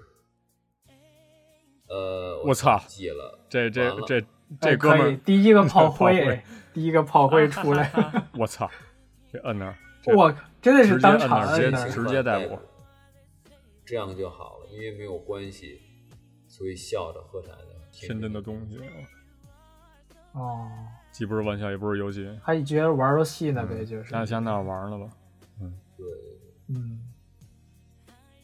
[SPEAKER 4] 呃，
[SPEAKER 3] 我操
[SPEAKER 4] 记了，
[SPEAKER 3] 这这
[SPEAKER 4] 完了
[SPEAKER 3] 这
[SPEAKER 5] 哎
[SPEAKER 3] 这哥
[SPEAKER 5] 可
[SPEAKER 3] 们
[SPEAKER 5] 以
[SPEAKER 3] 儿，
[SPEAKER 5] 第一个炮
[SPEAKER 3] 炮灰
[SPEAKER 5] 灰，第一个炮灰出来，
[SPEAKER 3] 我操，这摁那儿，这
[SPEAKER 5] 我真的是当场
[SPEAKER 3] 直接
[SPEAKER 5] 摁
[SPEAKER 3] 摁那
[SPEAKER 5] 的
[SPEAKER 3] 儿，直接逮捕，
[SPEAKER 4] 这样就好了，因为没有关系，所以笑着喝茶的。
[SPEAKER 3] 天真的东西，
[SPEAKER 5] 哦，
[SPEAKER 3] 既不是玩笑，也不是游戏，
[SPEAKER 5] 还觉得玩游戏呢呗，
[SPEAKER 3] 嗯
[SPEAKER 5] 就是，
[SPEAKER 3] 大家想哪儿玩了吧？
[SPEAKER 5] 嗯，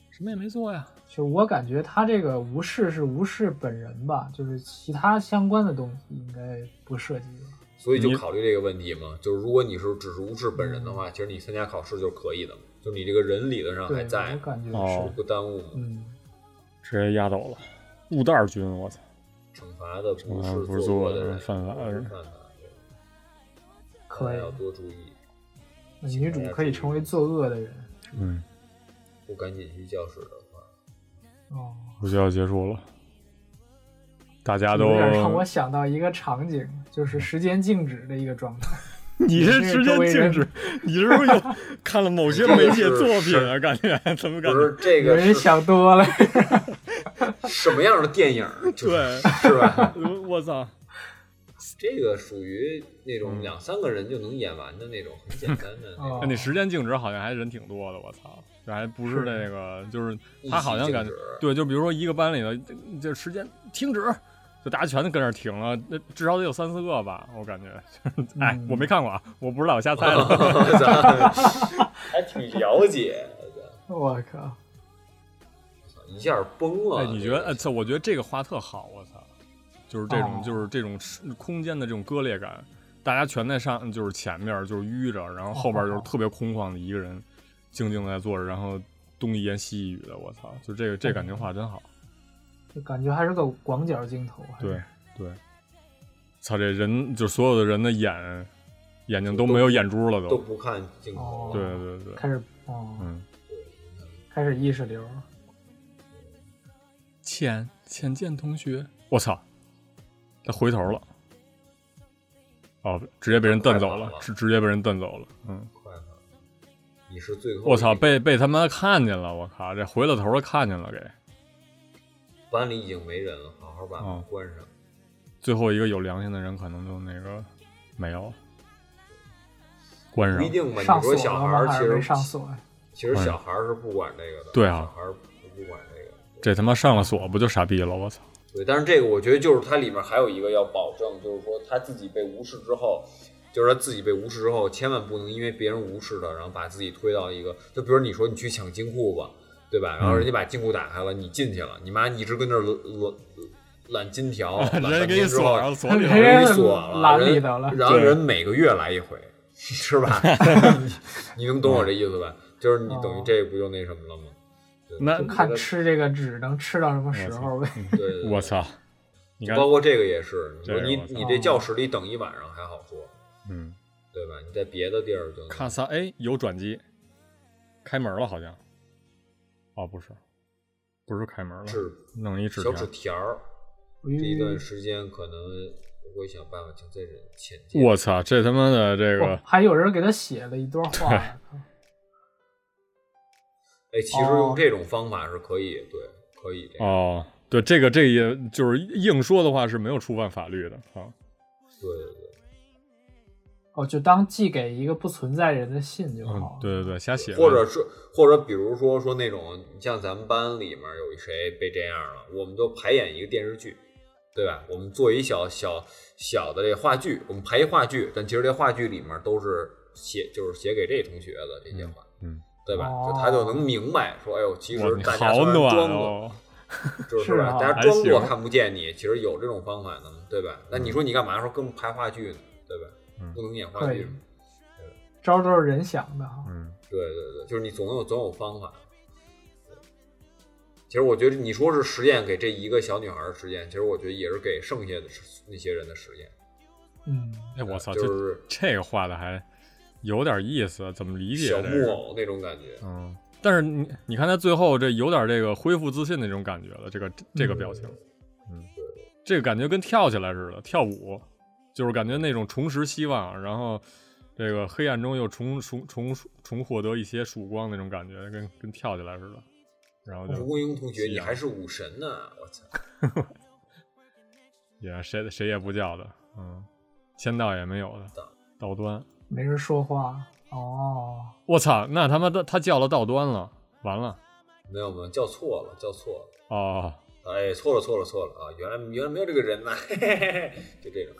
[SPEAKER 3] 什么也没做呀，
[SPEAKER 5] 就我感觉他这个无视是无视本人吧，就是其他相关的东西应该不涉及吧。
[SPEAKER 4] 所以就
[SPEAKER 3] 你
[SPEAKER 4] 考虑这个问题嘛，就是如果你是只是无视本人的话，其实你参加考试就是可以的嘛，就你这个人理论上还
[SPEAKER 5] 嗯对，我
[SPEAKER 4] 在，
[SPEAKER 5] 感觉
[SPEAKER 3] 哦
[SPEAKER 5] 是，
[SPEAKER 4] 不耽误嘛。
[SPEAKER 5] 嗯，
[SPEAKER 3] 直接压倒了，雾袋儿君，我操，
[SPEAKER 4] 惩罚的不
[SPEAKER 3] 嗯不是
[SPEAKER 4] 是做
[SPEAKER 3] 做
[SPEAKER 4] 过
[SPEAKER 3] 的
[SPEAKER 4] 的人，
[SPEAKER 3] 犯法
[SPEAKER 4] 不是
[SPEAKER 3] 是
[SPEAKER 4] 犯法的人，大
[SPEAKER 5] 可
[SPEAKER 4] 家
[SPEAKER 5] 以
[SPEAKER 4] 要，多注意，
[SPEAKER 5] 那女主可以成为作恶的人。
[SPEAKER 3] 嗯，
[SPEAKER 4] 不赶紧去教室的话，
[SPEAKER 5] 哦，
[SPEAKER 3] 不就要结束了，大家都
[SPEAKER 5] 有点让我想到一个场景，就是时间静止的一个状态。
[SPEAKER 3] 你这时间静止，你是不是又看了某 些媒介作品啊？感觉怎么感
[SPEAKER 4] 不
[SPEAKER 3] 觉
[SPEAKER 4] 是？这
[SPEAKER 5] 有
[SPEAKER 4] 个
[SPEAKER 5] 人
[SPEAKER 4] 是
[SPEAKER 5] 想多了，
[SPEAKER 4] 什么样的电影？就是
[SPEAKER 3] 对
[SPEAKER 4] 是吧？
[SPEAKER 3] 呃 我我操！
[SPEAKER 4] 这个属于那种
[SPEAKER 3] 嗯
[SPEAKER 4] 两三个人就能演完的那种，很简单的那
[SPEAKER 5] 哦
[SPEAKER 4] 种。
[SPEAKER 3] 那时间静止好像还人挺多的，我操！这还不是那个，就是他好像感觉
[SPEAKER 4] 一起静止
[SPEAKER 3] 对，就比如说一个班里的，就时间停止，就大家全跟那儿停了，那至少得有三四个吧，我感觉。 就是哎，我没看过啊，我不知道， 我瞎猜 的。
[SPEAKER 4] 还挺了解，
[SPEAKER 5] 我靠，
[SPEAKER 4] 一下崩了。
[SPEAKER 3] 哎，你觉得？哎，
[SPEAKER 4] 这个
[SPEAKER 3] 操我觉得这个画特好，我操！就是这种，
[SPEAKER 5] 哦
[SPEAKER 3] 就是这种是空间的这种割裂感，大家全在上，就是前面就是淤着，然后后边就是特别空旷的一个人，静静的在坐着，然后东一言西一语的，我操！就这个这感觉画真好，
[SPEAKER 5] 就感觉还是个广角镜头。啊还是
[SPEAKER 3] 对，对，操这人就所有的人的眼眼睛都没有眼珠了
[SPEAKER 4] 都
[SPEAKER 3] 都，
[SPEAKER 4] 不看镜头了。
[SPEAKER 5] 哦
[SPEAKER 3] 对对对，
[SPEAKER 5] 开始哦，
[SPEAKER 3] 嗯，
[SPEAKER 5] 开始意识流了。
[SPEAKER 3] 浅浅见同学，我操，他回头了。哦，直接被人蹬走了
[SPEAKER 4] 快跑，了
[SPEAKER 3] 直直接被人蹬走了。嗯，
[SPEAKER 4] 快点你是最后
[SPEAKER 3] 我操，
[SPEAKER 4] 一个
[SPEAKER 3] 被被他妈看见了，我靠，这回了头了，看见了，给
[SPEAKER 4] 班里已经没人了，好好把门
[SPEAKER 3] 哦
[SPEAKER 4] 关上。
[SPEAKER 3] 最后一个有良心的人可能就那个没有了关
[SPEAKER 4] 不一
[SPEAKER 3] 上。
[SPEAKER 4] 定吧？
[SPEAKER 5] 上
[SPEAKER 4] 你
[SPEAKER 5] 锁
[SPEAKER 4] 说
[SPEAKER 5] 了
[SPEAKER 4] 小孩
[SPEAKER 5] 吗？
[SPEAKER 4] 儿
[SPEAKER 5] 还
[SPEAKER 4] 其
[SPEAKER 5] 是没
[SPEAKER 4] 实嗯
[SPEAKER 5] 上锁呀？
[SPEAKER 4] 其实小孩儿是不管这个的，
[SPEAKER 3] 对啊
[SPEAKER 4] 小孩儿不不管这个。
[SPEAKER 3] 这他妈上了锁不就傻逼了？我操！
[SPEAKER 4] 对，但是这个我觉得就是它里面还有一个要保证，就是说他自己被无视之后，就是他自己被无视之后，千万不能因为别人无视了，然后把自己推到一个，就比如你说你去抢金库吧，对吧？然后
[SPEAKER 3] 嗯
[SPEAKER 4] 人家把金库打开了，你进去了，你妈一直跟那儿揽揽揽金条，揽
[SPEAKER 3] 人家
[SPEAKER 4] 半
[SPEAKER 3] 给你
[SPEAKER 4] 天之
[SPEAKER 3] 锁
[SPEAKER 4] 后，
[SPEAKER 3] 上，锁里 头
[SPEAKER 5] 人家
[SPEAKER 4] 人给锁了，
[SPEAKER 5] 拦
[SPEAKER 4] 人
[SPEAKER 5] 哎里头了
[SPEAKER 4] 然后
[SPEAKER 3] 对
[SPEAKER 4] 人每个月来一回， 是吧？ 你你能懂我这意思吧？就是
[SPEAKER 5] 哦
[SPEAKER 4] 你等于这不就那什么了吗？
[SPEAKER 3] 那
[SPEAKER 5] 就看吃这个纸能吃到什么时候呗。
[SPEAKER 4] 对对对
[SPEAKER 3] 我操！你看，
[SPEAKER 4] 包括这个也是，你
[SPEAKER 3] 这
[SPEAKER 4] 说
[SPEAKER 3] 个
[SPEAKER 4] 你
[SPEAKER 3] 我操
[SPEAKER 4] 你这教室里等一晚上还好说，
[SPEAKER 3] 嗯，
[SPEAKER 4] 对吧？你在别的地儿就
[SPEAKER 3] 咔嚓，哎，有转机，开门了好像。哦，不是，不是开门了，
[SPEAKER 4] 是
[SPEAKER 3] 弄一纸
[SPEAKER 4] 小
[SPEAKER 3] 条。嗯
[SPEAKER 4] 纸条儿，这一段
[SPEAKER 5] 哦
[SPEAKER 4] 时间可能我会想办法将这人潜进。
[SPEAKER 3] 我操，这他妈的这
[SPEAKER 5] 哇
[SPEAKER 3] 个，
[SPEAKER 5] 还有人给他写了一段话呀，
[SPEAKER 4] 哎，其实用这种方法是可以，对，可以这样，
[SPEAKER 3] 哦，对，这个这也就是硬说的话是没有触犯法律的啊。
[SPEAKER 4] 对对对。
[SPEAKER 5] 哦，就当寄给一个不存在人的信就
[SPEAKER 3] 嗯
[SPEAKER 5] 好。，
[SPEAKER 3] 对对对，瞎写呗。
[SPEAKER 4] 或者是，或者比如说说那种，你像咱们班里面有一谁被这样了，我们都排演一个电视剧，对吧？我们做一小小小的这话剧，我们排一话剧，但其实这话剧里面都是写，就是写给这同学的这些话，
[SPEAKER 3] 嗯嗯
[SPEAKER 4] 对吧？
[SPEAKER 5] 哦
[SPEAKER 4] 就他就能明白说，哎呦，其
[SPEAKER 3] 哇
[SPEAKER 4] 实
[SPEAKER 3] 你
[SPEAKER 4] 大家
[SPEAKER 3] 好
[SPEAKER 4] 虽然
[SPEAKER 3] 暖
[SPEAKER 4] 装作，
[SPEAKER 3] 哦，
[SPEAKER 4] 就是
[SPEAKER 5] 是
[SPEAKER 4] 吧
[SPEAKER 5] 啊？
[SPEAKER 4] 大家
[SPEAKER 3] 还
[SPEAKER 4] 装作
[SPEAKER 3] 行
[SPEAKER 4] 看不见你，其实有这种方法呢，对吧？那你说你干嘛说跟我们排话剧呢，对吧？
[SPEAKER 3] 嗯
[SPEAKER 4] 不能演化
[SPEAKER 5] 可
[SPEAKER 4] 这
[SPEAKER 5] 以
[SPEAKER 4] 种。
[SPEAKER 5] 招都是人想的哈。
[SPEAKER 3] 嗯
[SPEAKER 4] 对对对，就是你总有总有方法。其实我觉得你说是实验给这一个小女孩儿实验，其实我觉得也是给剩下的那些人的实验。
[SPEAKER 5] 嗯，
[SPEAKER 3] 哎，我操，这
[SPEAKER 4] 就是
[SPEAKER 3] 这个画的还有点意思，怎么理解
[SPEAKER 4] 小
[SPEAKER 3] 这
[SPEAKER 4] 木
[SPEAKER 3] 个？
[SPEAKER 4] 偶那种感觉。
[SPEAKER 3] 嗯，但是你你看他最后这有点这个恢复自信那种感觉了，这个这个表情，嗯，这个感觉跟跳起来似的，跳舞，就是感觉那种重拾希望，然后这个黑暗中又重重重重获得一些曙光那种感觉，跟跟跳起来似的，然后
[SPEAKER 4] 蒲
[SPEAKER 3] 就
[SPEAKER 4] 公英同学，
[SPEAKER 3] 是
[SPEAKER 4] 你
[SPEAKER 3] 啊
[SPEAKER 4] 还是武神呢！我操，
[SPEAKER 3] 也谁谁也不叫的，嗯，签到也没有的，倒端，
[SPEAKER 5] 没人说话哦。
[SPEAKER 3] 我操，那他妈的他叫了倒端了，完了，
[SPEAKER 4] 没有没有，叫错了，叫错了，
[SPEAKER 3] 哦，
[SPEAKER 4] 哎，错了错了错了啊！原来原来没有这个人呐，嘿嘿嘿， 就这种，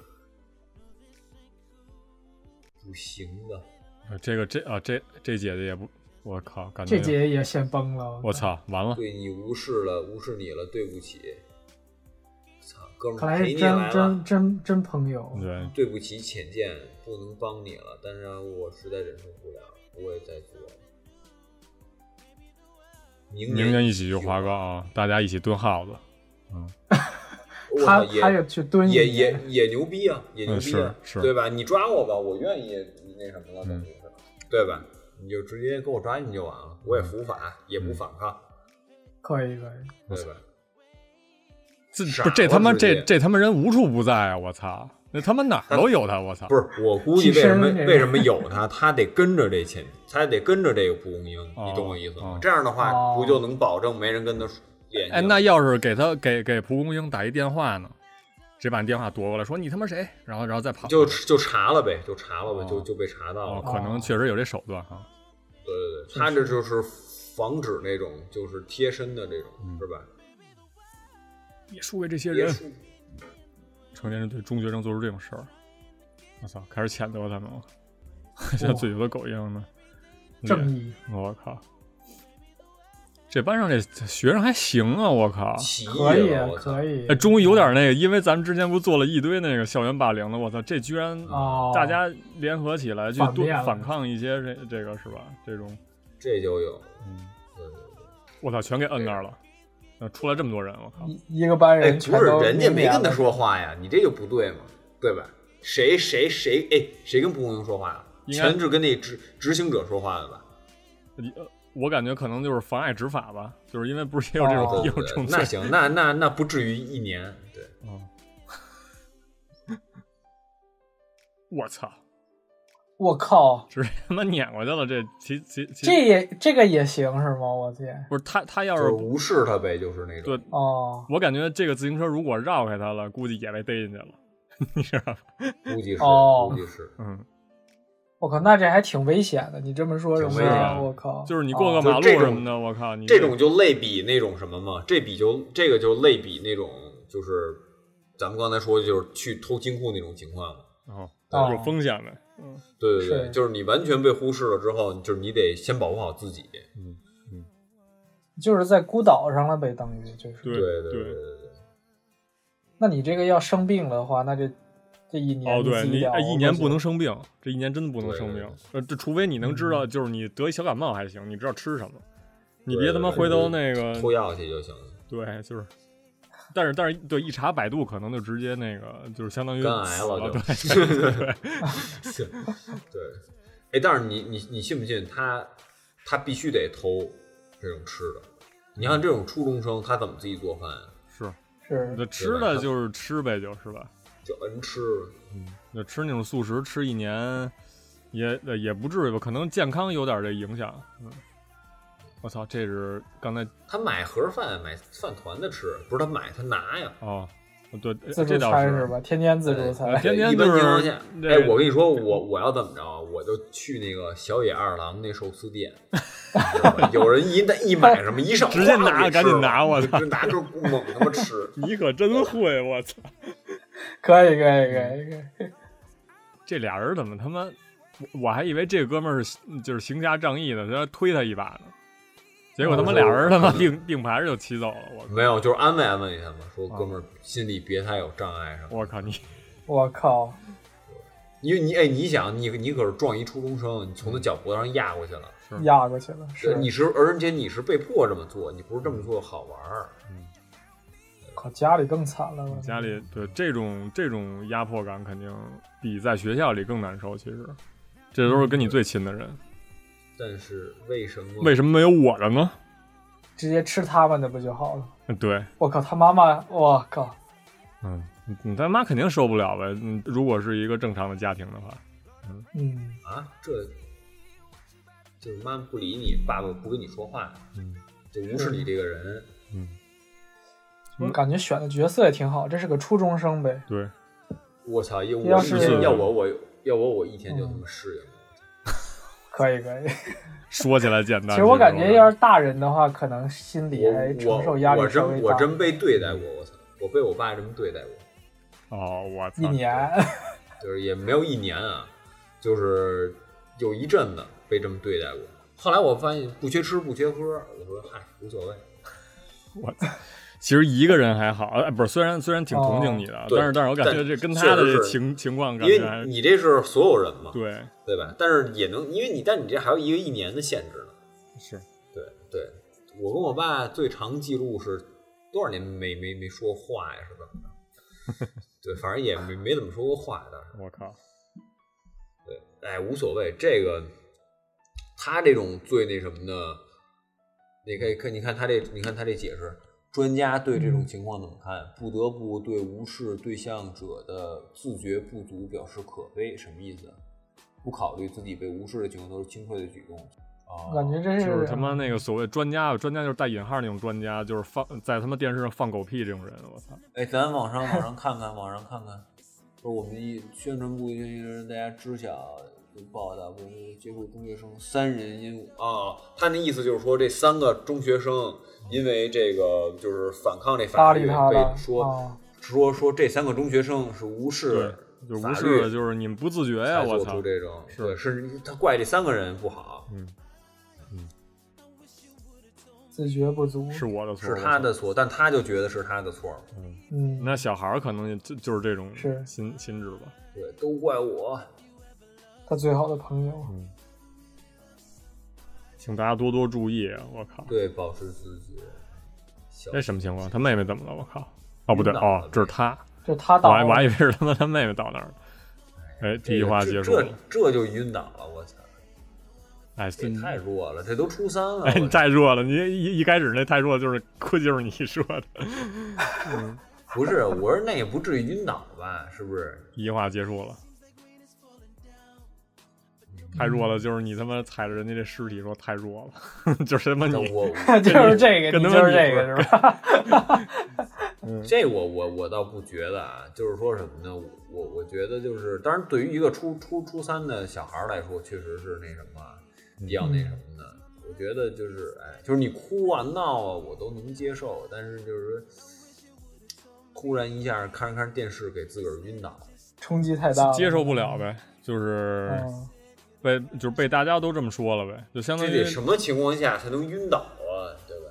[SPEAKER 4] 不行的，
[SPEAKER 3] 呃这个这啊这这姐姐也不，我靠，感觉
[SPEAKER 5] 这节也先崩了，
[SPEAKER 3] 我！操，完了！
[SPEAKER 4] 对你无视了，无视你了，对不起，操，哥们
[SPEAKER 5] 看
[SPEAKER 4] 儿
[SPEAKER 5] 来
[SPEAKER 4] 陪
[SPEAKER 5] 是
[SPEAKER 4] 你来
[SPEAKER 5] 真
[SPEAKER 4] 了嗯
[SPEAKER 5] 真，真真朋友，
[SPEAKER 3] 对，
[SPEAKER 4] 对不起，浅见，不能帮你了，但是我实在忍受不了，我也在做。明
[SPEAKER 3] 明年一起去华
[SPEAKER 4] 花
[SPEAKER 3] 高啊，大家一起蹲耗子。
[SPEAKER 4] 我
[SPEAKER 5] 他
[SPEAKER 4] 操也
[SPEAKER 5] 他也去蹲一
[SPEAKER 4] 也
[SPEAKER 5] 年
[SPEAKER 4] 也也牛逼啊，也牛逼啊
[SPEAKER 3] 嗯，是是嗯
[SPEAKER 4] 对吧？你抓我吧，我愿意那什么了，等于是，对吧？你就直接给我抓进就完了，
[SPEAKER 3] 嗯
[SPEAKER 4] 我也服法，也不反抗，
[SPEAKER 5] 可以可以，
[SPEAKER 4] 对吧？
[SPEAKER 3] 这
[SPEAKER 4] 傻
[SPEAKER 3] 不是这他妈
[SPEAKER 4] 我直接
[SPEAKER 3] 这这他妈人无处不在啊！我操，那他妈哪儿都有他！我操，
[SPEAKER 4] 不是，我估计为什么
[SPEAKER 5] 替身这个
[SPEAKER 4] 为什么有他，他得跟着这前，他得跟着这个蒲公英，
[SPEAKER 3] 哦
[SPEAKER 4] 你懂我意思吗
[SPEAKER 3] 哦？
[SPEAKER 4] 这样的话，
[SPEAKER 5] 哦
[SPEAKER 4] 不就能保证没人跟他联系了？
[SPEAKER 3] 哎，那要是给他给给蒲公英打一电话呢，谁把你电话夺过来，说你他妈谁，然后然后再跑，
[SPEAKER 4] 就就查了呗，就查了呗，
[SPEAKER 3] 哦
[SPEAKER 4] 就就被查到
[SPEAKER 3] 哦，
[SPEAKER 4] 了。
[SPEAKER 3] 可能确实有这手段哈。
[SPEAKER 4] 对对对，他这就是防止那种就是贴身的这种，是吧？
[SPEAKER 3] 别输给这些
[SPEAKER 4] 别
[SPEAKER 3] 人，
[SPEAKER 4] 说
[SPEAKER 5] 啊
[SPEAKER 3] 成年人对中学生做出这种事儿，我操，开始谴责他们了，像嘴巴狗一样的。
[SPEAKER 5] 正义
[SPEAKER 3] 我靠，这班上这这学生还行啊！我靠，
[SPEAKER 4] 起义
[SPEAKER 5] 可以啊
[SPEAKER 4] 了，我操
[SPEAKER 5] 可以
[SPEAKER 3] 哎，，终于有点那个，因为咱们之前不是做了一堆那个校园霸凌了，我操，这居然
[SPEAKER 5] 哦，
[SPEAKER 3] 大家联合起来去
[SPEAKER 5] 反
[SPEAKER 3] 多
[SPEAKER 5] 面了
[SPEAKER 3] 反抗一些这这个是吧？这种，
[SPEAKER 4] 这就有，
[SPEAKER 3] 嗯，
[SPEAKER 4] 对对
[SPEAKER 3] 我操，全给摁那儿了，呃，出来这么多人，我靠，
[SPEAKER 5] 一一个班
[SPEAKER 4] 哎，
[SPEAKER 5] 人
[SPEAKER 4] 不
[SPEAKER 5] 全
[SPEAKER 4] 是
[SPEAKER 5] 都
[SPEAKER 4] 人家没跟
[SPEAKER 5] 明
[SPEAKER 4] 他
[SPEAKER 5] 白了，
[SPEAKER 4] 说话呀，你这就不对嘛，对吧？谁谁谁，哎，谁跟蒲公英说话呀？
[SPEAKER 3] 应该
[SPEAKER 4] 全是跟那执执行者说话的吧？
[SPEAKER 3] 你呃我感觉可能就是妨碍执法吧，就是因为不是也有这
[SPEAKER 5] 哦
[SPEAKER 3] 种也
[SPEAKER 4] 对
[SPEAKER 3] 有
[SPEAKER 4] 对
[SPEAKER 3] 这
[SPEAKER 4] 对
[SPEAKER 3] 种罪
[SPEAKER 4] 那，行，那那那不至于一年，对，
[SPEAKER 3] 嗯，我操，
[SPEAKER 5] 我靠，
[SPEAKER 3] 直接他妈撵过去了，这其其其
[SPEAKER 5] 这也这个也行是吗？我天，
[SPEAKER 3] 不是他他要
[SPEAKER 4] 就是是无视他呗，就是那种。
[SPEAKER 3] 对
[SPEAKER 5] 哦，
[SPEAKER 3] 我感觉这个自行车如果绕开他了，估计也被逮进去了， 你知道吧？
[SPEAKER 4] 估计是，
[SPEAKER 5] 哦
[SPEAKER 4] 估计是，
[SPEAKER 3] 嗯，
[SPEAKER 5] 我靠，那这还挺危险的，你这么说什
[SPEAKER 4] 挺
[SPEAKER 5] 么
[SPEAKER 4] 危
[SPEAKER 5] 呀？
[SPEAKER 3] 险
[SPEAKER 5] 我靠，
[SPEAKER 3] 就是你过个
[SPEAKER 5] 哦
[SPEAKER 3] 马
[SPEAKER 4] 就这
[SPEAKER 3] 路什
[SPEAKER 4] 种
[SPEAKER 3] 么的，我靠，你
[SPEAKER 4] 这种就类比那种什么嘛，这比就这个就类比那种就是咱们刚才说的就是去偷金库那种情况嘛。
[SPEAKER 3] 哦，
[SPEAKER 5] 哦
[SPEAKER 3] 有风险的，
[SPEAKER 4] 对对对，
[SPEAKER 5] 是
[SPEAKER 4] 就是你完全被忽视了之后，就是你得先保护好自己。
[SPEAKER 3] 嗯，
[SPEAKER 5] 就是在孤岛上了呗，等于就是，
[SPEAKER 3] 对
[SPEAKER 4] 对对
[SPEAKER 3] 对嗯
[SPEAKER 4] 对，
[SPEAKER 5] 那你这个要生病了的话，那这这一年
[SPEAKER 3] 哦，对
[SPEAKER 5] 自己
[SPEAKER 3] 你
[SPEAKER 5] 得熬
[SPEAKER 3] 哎，一年
[SPEAKER 5] 过去
[SPEAKER 3] 不能生病，这一年真的不能
[SPEAKER 4] 对
[SPEAKER 3] 生病
[SPEAKER 4] 对。嗯
[SPEAKER 3] 呃，这除非你能知道，就是你得一小感冒还行，你知道吃什么，你
[SPEAKER 4] 对
[SPEAKER 3] 别他妈
[SPEAKER 4] 对
[SPEAKER 3] 回头
[SPEAKER 4] 对
[SPEAKER 3] 那个，
[SPEAKER 4] 偷药去就行了。
[SPEAKER 3] 对，就是。但是但是对，一查百度可能就直接那个，就是相当于
[SPEAKER 4] 肝癌
[SPEAKER 3] 死
[SPEAKER 4] 了
[SPEAKER 3] 了，
[SPEAKER 4] 就
[SPEAKER 3] 嗯哦对 对对，
[SPEAKER 4] 是，对。哎，但是你你你信不信他他必须得偷这种吃的？你看这种初中生，他怎么自己做饭啊？
[SPEAKER 3] 是。
[SPEAKER 5] 是
[SPEAKER 3] 那吃的就是吃呗，就是吧。
[SPEAKER 4] 就恩吃，
[SPEAKER 3] 就吃那种素食，吃一年也呃也不至于吧，可能健康有点这影响。嗯，我操，这是刚才
[SPEAKER 4] 他买盒饭买饭团的吃，不是他买他拿呀。
[SPEAKER 3] 哦，对，
[SPEAKER 5] 自
[SPEAKER 3] 呃这
[SPEAKER 5] 助
[SPEAKER 3] 倒
[SPEAKER 5] 餐
[SPEAKER 3] 是
[SPEAKER 5] 吧？天天自助餐
[SPEAKER 3] 哎，天天
[SPEAKER 4] 一般
[SPEAKER 3] 就是
[SPEAKER 4] 情况下，
[SPEAKER 3] 对
[SPEAKER 4] 哎，我跟你说，我我要怎么着啊，我就去那个小野二郎那寿司店， 知道吧有人一一买什么一上
[SPEAKER 3] 直接拿
[SPEAKER 4] 哗给
[SPEAKER 3] 赶紧
[SPEAKER 4] 吃了
[SPEAKER 3] 拿我操
[SPEAKER 4] 就拿根猛他妈吃，
[SPEAKER 3] 你可真会，我操！
[SPEAKER 5] 可以可以可以可
[SPEAKER 3] 嗯
[SPEAKER 5] 以。
[SPEAKER 3] 这俩人怎么他妈？我我还以为这哥们儿是就是行侠仗义的，在那推他一把呢，结
[SPEAKER 5] 哦
[SPEAKER 3] 果他妈俩人他
[SPEAKER 5] 嗯
[SPEAKER 3] 妈并并排就骑走了，我
[SPEAKER 4] 没有，就是安慰安慰他
[SPEAKER 3] 啊
[SPEAKER 4] 嘛，说哥们儿心里别太有障碍什么的。
[SPEAKER 3] 我靠你！
[SPEAKER 5] 我靠，
[SPEAKER 4] 因为你哎，你想你你可是撞一初中生，你从他脚脖子上压过去了，
[SPEAKER 3] 嗯
[SPEAKER 5] 压过去了，是
[SPEAKER 4] 你是而且你是被迫这么做，你不是这么做好玩儿。
[SPEAKER 5] 靠家里更惨了吧？
[SPEAKER 3] 家里对这种这种压迫感，肯定比在学校里更难受。其实，这都是
[SPEAKER 5] 嗯
[SPEAKER 3] 跟你最亲的人，
[SPEAKER 4] 但是为什么？
[SPEAKER 3] 为什么没有我的呢？
[SPEAKER 5] 直接吃他们的不就好了？
[SPEAKER 3] 嗯对，
[SPEAKER 5] 我靠，他妈妈，我靠，
[SPEAKER 3] 嗯，你你他妈肯定受不了呗。嗯如果是一个正常的家庭的话，
[SPEAKER 5] 嗯，
[SPEAKER 4] 啊，这就是妈不理你，爸爸不跟你说话，
[SPEAKER 3] 嗯
[SPEAKER 4] 就无视你这个人。
[SPEAKER 3] 嗯，
[SPEAKER 5] 我感觉选的角色也挺好，这是个初中生呗，
[SPEAKER 3] 对，
[SPEAKER 4] 我操！要
[SPEAKER 5] 要
[SPEAKER 4] 我一
[SPEAKER 5] 是嗯
[SPEAKER 4] 天，要我我要我我一天就他妈适应了。
[SPEAKER 5] 可以可以。
[SPEAKER 3] 说起来简单。
[SPEAKER 5] 其实我感觉，要
[SPEAKER 3] 要
[SPEAKER 5] 是大人的话，可能心里还
[SPEAKER 4] 我
[SPEAKER 5] 承受压
[SPEAKER 4] 我
[SPEAKER 5] 力
[SPEAKER 4] 我
[SPEAKER 5] 稍微
[SPEAKER 4] 真
[SPEAKER 5] 大。
[SPEAKER 4] 我真被对待过，我操！我被我爸这么对待过，
[SPEAKER 3] 哦，我操
[SPEAKER 5] 一，年，
[SPEAKER 4] 啊就是也没有一年啊，就是有一阵子被这么对待过。后来我发现不缺吃不缺喝，我说嗨无所谓。
[SPEAKER 3] 我操。其实一个人还好，哎，不是，虽然虽然挺同情你的，
[SPEAKER 4] 哦对
[SPEAKER 3] 但是但是我感觉
[SPEAKER 4] 但
[SPEAKER 3] 这跟
[SPEAKER 4] 确
[SPEAKER 3] 他
[SPEAKER 4] 实
[SPEAKER 3] 的这
[SPEAKER 4] 是
[SPEAKER 3] 情情况感
[SPEAKER 4] 因为
[SPEAKER 3] 觉还
[SPEAKER 4] 你你这是所有人嘛，
[SPEAKER 3] 对，
[SPEAKER 4] 对吧？但是也能，因为你但你这还有一个一年的限制呢。
[SPEAKER 3] 是
[SPEAKER 4] 对对，我跟我爸最长记录是多少年没没没说话呀，是怎么着？ 对，反正也没没怎么说过话，当时。
[SPEAKER 3] 我靠，
[SPEAKER 4] 对，哎，无所谓，这个他这种最那什么的，你可以看，你看他这，你看他这解释，专家对这
[SPEAKER 5] 嗯
[SPEAKER 4] 种情况怎么看？不得不对无视对象者的自觉不足表示可悲，什么意思？不考虑自己被无视的情况都是轻率的举动啊，
[SPEAKER 5] 我 感觉这
[SPEAKER 3] 就是他妈那个所谓专家，专家就是带引号那种专家，就是放在他妈电视上放狗屁这种人，我操，
[SPEAKER 4] 哎，咱往上往上看看，往上看看，说我们一宣传部宣传让大家知晓有报道，不是接触中学生三人因啊，他那意思就是说这三个中学生因为这个就是反抗这
[SPEAKER 5] 搭
[SPEAKER 4] 法
[SPEAKER 5] 理
[SPEAKER 4] 律
[SPEAKER 5] 他
[SPEAKER 4] 被
[SPEAKER 5] 了
[SPEAKER 4] 说、
[SPEAKER 5] 啊，
[SPEAKER 4] 说说这三个中学生是无视
[SPEAKER 3] 对，就是
[SPEAKER 4] 法
[SPEAKER 3] 无
[SPEAKER 4] 律
[SPEAKER 3] 视，就是你们不自觉呀，
[SPEAKER 4] 才
[SPEAKER 3] 我
[SPEAKER 4] 做
[SPEAKER 3] 操
[SPEAKER 4] 出，这种，
[SPEAKER 3] 是
[SPEAKER 4] 对，甚至他怪这三个人不好，
[SPEAKER 3] 嗯，
[SPEAKER 5] 自觉不足，
[SPEAKER 3] 是我的错，
[SPEAKER 4] 是
[SPEAKER 3] 我
[SPEAKER 4] 他
[SPEAKER 3] 操
[SPEAKER 4] 的错，但他就觉得是他的错，
[SPEAKER 5] 嗯，
[SPEAKER 3] 那小孩儿可能也就就是这种
[SPEAKER 5] 是
[SPEAKER 3] 心心智吧，
[SPEAKER 4] 对，都怪我，
[SPEAKER 5] 他最好的朋友，
[SPEAKER 3] 请大家多多注意。啊我靠，
[SPEAKER 4] 对，保持自觉。小
[SPEAKER 3] 这什么情况？他妹妹怎么了？我靠！哦，不对，
[SPEAKER 4] 晕倒了
[SPEAKER 3] 哦，这是他，
[SPEAKER 5] 就他
[SPEAKER 3] 我
[SPEAKER 5] 倒
[SPEAKER 3] 还我还以
[SPEAKER 5] 了，
[SPEAKER 3] 为是他妈他妹妹到那儿了。哎，第一话结束
[SPEAKER 4] 这
[SPEAKER 3] 了。
[SPEAKER 4] 这这就晕倒了，我操！
[SPEAKER 3] 哎，
[SPEAKER 4] 这
[SPEAKER 3] 真
[SPEAKER 4] 太弱了，这都初三了。
[SPEAKER 3] 哎，你
[SPEAKER 4] 我操
[SPEAKER 3] 太弱了！你一一开始那太弱，就是估计就是你说的。
[SPEAKER 4] 不是，我说那也不至于晕倒吧？是不是？
[SPEAKER 3] 第一话结束了，太弱了，就是你他妈踩着人家这尸体说太弱了， 就是他妈
[SPEAKER 4] 那
[SPEAKER 3] 你
[SPEAKER 4] 我
[SPEAKER 5] 就是这个，
[SPEAKER 3] 跟
[SPEAKER 5] 你
[SPEAKER 3] 他
[SPEAKER 5] 就
[SPEAKER 3] 们
[SPEAKER 5] 是这
[SPEAKER 3] 比
[SPEAKER 5] 个是吧？
[SPEAKER 4] 这我我我倒不觉得啊，就是说什么呢？我我我觉得就是，当然对于一个初初初三的小孩儿来说，确实是那什么啊，比较那什么的。我觉得就是，哎，就是你哭啊闹啊，我都能接受，但是就是突然一下看着看着电视，给自个儿晕倒。
[SPEAKER 5] 冲击太大了，
[SPEAKER 3] 接受不了呗，就是
[SPEAKER 5] 嗯，
[SPEAKER 3] 被就是被大家都这么说了呗，就相当
[SPEAKER 4] 这
[SPEAKER 3] 于
[SPEAKER 4] 得什么情况下才能晕倒啊？对吧？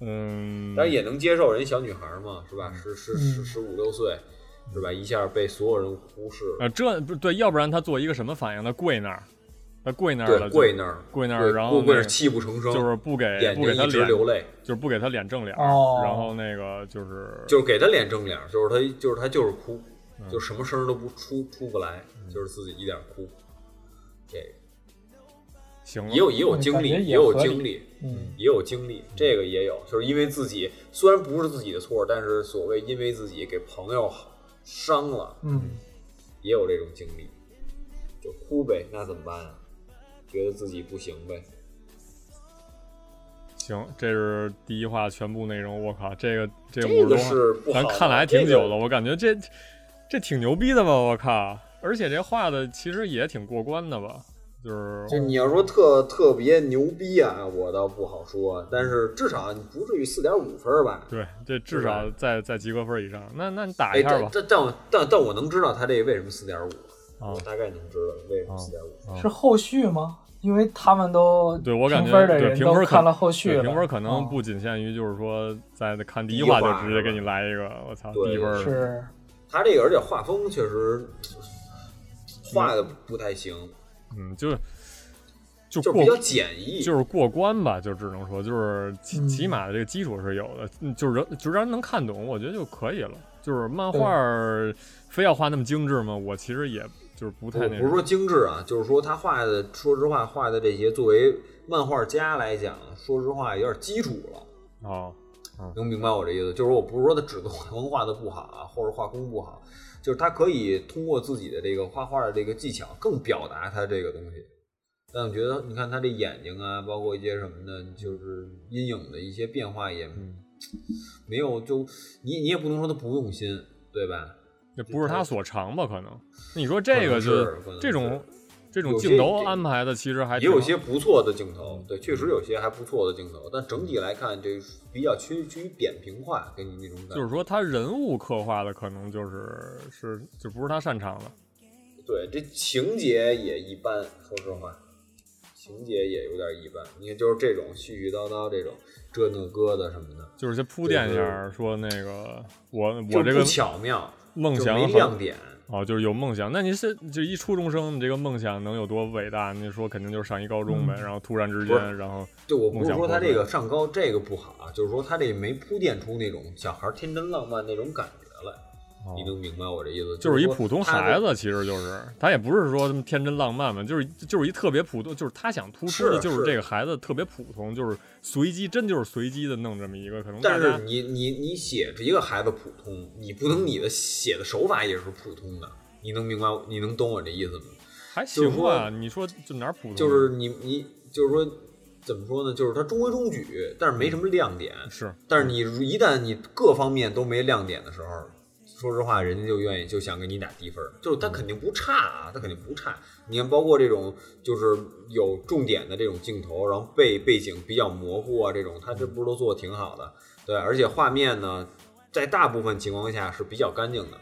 [SPEAKER 3] 嗯，
[SPEAKER 4] 但也能接受，人小女孩嘛，是吧？十十十
[SPEAKER 5] 嗯
[SPEAKER 4] 十五六岁，是吧？一下被所有人忽视了，
[SPEAKER 3] 啊，这不对，要不然他做一个什么反应？他跪那儿，他跪那儿
[SPEAKER 4] 对，
[SPEAKER 3] 了，
[SPEAKER 4] 跪那儿，
[SPEAKER 3] 跪那儿
[SPEAKER 4] 对
[SPEAKER 3] 然后
[SPEAKER 4] 跪跪
[SPEAKER 3] 那
[SPEAKER 4] 那儿
[SPEAKER 3] 个
[SPEAKER 4] 泣不成声，
[SPEAKER 3] 就是不给
[SPEAKER 4] 眼
[SPEAKER 3] 不
[SPEAKER 4] 睛
[SPEAKER 3] 给他
[SPEAKER 4] 一直
[SPEAKER 3] 脸，
[SPEAKER 4] 流泪，
[SPEAKER 3] 就是不给他脸正脸，
[SPEAKER 5] 哦
[SPEAKER 3] 然后那个就是
[SPEAKER 4] 就是给他脸正脸，就是他就是他就是哭，
[SPEAKER 3] 嗯
[SPEAKER 4] 就什么声儿都不出出不来，就是自己一点儿哭。这个
[SPEAKER 3] 嗯行了，
[SPEAKER 4] 也有也有
[SPEAKER 5] 嗯
[SPEAKER 4] 经
[SPEAKER 5] 感
[SPEAKER 4] 历，
[SPEAKER 5] 觉也
[SPEAKER 4] 也有
[SPEAKER 5] 合理
[SPEAKER 4] 经历，
[SPEAKER 5] 嗯，
[SPEAKER 4] 也有经历，这个也有，就是因为自己虽然不是自己的错，但是所谓因为自己给朋友伤了，
[SPEAKER 5] 嗯，
[SPEAKER 4] 也有这种经历，就哭呗，那怎么办啊？觉得自己不行呗，
[SPEAKER 3] 行，这是第一话全部内容。我靠，这个这
[SPEAKER 4] 这
[SPEAKER 3] 五
[SPEAKER 4] 个
[SPEAKER 3] 十
[SPEAKER 4] 是不
[SPEAKER 3] 多
[SPEAKER 4] 好
[SPEAKER 3] 话，
[SPEAKER 4] 的
[SPEAKER 3] 咱看了还挺久
[SPEAKER 4] 这
[SPEAKER 3] 了，我感觉这这挺牛逼的吧？我靠，而且这画的其实也挺过关的吧？就是
[SPEAKER 4] 就你要说特特别牛逼啊，我倒不好说，但是至少你不至于四点五分吧？
[SPEAKER 3] 对，这至少在在及格分以上。那那你打
[SPEAKER 4] 哎，
[SPEAKER 3] 一下
[SPEAKER 4] 但
[SPEAKER 3] 吧。
[SPEAKER 4] 但但我但但我能知道他这为什么四点五，
[SPEAKER 3] 啊
[SPEAKER 4] 我大概能知道为什么四点五。
[SPEAKER 5] 是后续吗？因为他们都
[SPEAKER 3] 嗯对我感觉
[SPEAKER 5] 评分的
[SPEAKER 3] 对
[SPEAKER 5] 人
[SPEAKER 3] 评
[SPEAKER 5] 都
[SPEAKER 3] 分可
[SPEAKER 5] 看了后续
[SPEAKER 3] 对
[SPEAKER 5] 了，
[SPEAKER 3] 评分可能
[SPEAKER 5] 啊
[SPEAKER 3] 不仅限于就是说在看第一
[SPEAKER 4] 第一
[SPEAKER 3] 话
[SPEAKER 4] 话
[SPEAKER 3] 就直接
[SPEAKER 4] 是吧
[SPEAKER 3] 给你来一个，我操，
[SPEAKER 4] 对
[SPEAKER 3] 第一分儿
[SPEAKER 5] 是是
[SPEAKER 4] 他这个而且画风确实画的不太行，
[SPEAKER 3] 嗯，就就
[SPEAKER 4] 就
[SPEAKER 3] 过
[SPEAKER 4] 比较简易，
[SPEAKER 3] 就是过关吧，就只能说就是起起码的这个基础是有的，嗯就是人就让人能看懂，我觉得就可以了。就是漫画儿非要画那么精致吗？我其实也就是不太
[SPEAKER 4] 不
[SPEAKER 3] 那
[SPEAKER 4] 不是说精致啊，就是说他画的，说实话画的这些，作为漫画家来讲，说实话有点基础了。
[SPEAKER 3] 啊，
[SPEAKER 4] 能明白我这意思？就是说我不是说他只画能画的不好啊，或者画工不好，就是他可以通过自己的这个画画的这个技巧，更表达他这个东西。但我觉得，你看他这眼睛啊，包括一些什么的，就是阴影的一些变化也
[SPEAKER 3] 嗯
[SPEAKER 4] 没有，就你你也不能说他不用心，对吧？
[SPEAKER 3] 那不是他所长吧？可能你说这个
[SPEAKER 4] 可能是
[SPEAKER 3] 就
[SPEAKER 4] 可能是
[SPEAKER 3] 这种这种
[SPEAKER 4] 有些
[SPEAKER 3] 镜头安排的，其实还
[SPEAKER 4] 也有
[SPEAKER 3] 挺嗯
[SPEAKER 4] 些不错的镜头，对，确实有些还不错的镜头，但整体来看，这比较趋趋于扁平化，给你那种感觉。
[SPEAKER 3] 就是说他人物刻画的可能就是是就不是他擅长的。
[SPEAKER 4] 对，这情节也一般，说实话，情节也有点一般。你看，就是这种絮絮叨叨这种这那个的什么的，
[SPEAKER 3] 就是先铺垫一
[SPEAKER 4] 对
[SPEAKER 3] 下，说那个我
[SPEAKER 4] 就
[SPEAKER 3] 我这
[SPEAKER 4] 不
[SPEAKER 3] 个
[SPEAKER 4] 巧妙，
[SPEAKER 3] 梦
[SPEAKER 4] 就
[SPEAKER 3] 想
[SPEAKER 4] 没
[SPEAKER 3] 很
[SPEAKER 4] 亮点。
[SPEAKER 3] 哦，就是有梦想。那你是就一初中生，你这个梦想能有多伟大？你说肯定就是上一高中呗，然后突然之
[SPEAKER 4] 嗯不是
[SPEAKER 3] 间，然后
[SPEAKER 4] 对，我不
[SPEAKER 3] 梦
[SPEAKER 4] 是
[SPEAKER 3] 想
[SPEAKER 4] 说
[SPEAKER 3] 破
[SPEAKER 4] 他
[SPEAKER 3] 碎
[SPEAKER 4] 这个上高这个不好啊，就是说他这没铺垫出那种小孩天真浪漫那种感觉来。
[SPEAKER 3] 哦
[SPEAKER 4] 你能明白我这意思？
[SPEAKER 3] 就是一
[SPEAKER 4] 说
[SPEAKER 3] 普通
[SPEAKER 4] 他
[SPEAKER 3] 孩子，
[SPEAKER 4] 的
[SPEAKER 3] 其实就是他也不是说什么天真浪漫嘛，就是就是一特别普通，就是他想突出的
[SPEAKER 4] 是
[SPEAKER 3] 就是
[SPEAKER 4] 是
[SPEAKER 3] 这个孩子特别普通，就是随机，真就是随机的弄这么一个，可能大
[SPEAKER 4] 但
[SPEAKER 3] 家
[SPEAKER 4] 是你你你写着一个孩子普通，你不能你的写的手法也是普通的，你能明白我？你能懂我这意思吗？
[SPEAKER 3] 还行
[SPEAKER 4] 就是
[SPEAKER 3] 吧。
[SPEAKER 4] 说
[SPEAKER 3] 你说就哪儿普通？
[SPEAKER 4] 就是你你就是说怎么说呢？就是它中规中矩，但是没什么亮点。
[SPEAKER 3] 是
[SPEAKER 4] 但是你一旦你各方面都没亮点的时候，说实话，人家就愿意就想给你打低分儿。就是他肯定不差啊，他肯定不差。你看，包括这种就是有重点的这种镜头，然后背背景比较模糊啊，这种他这不是都做的挺好的？对，而且画面呢，在大部分情况下是比较干净的，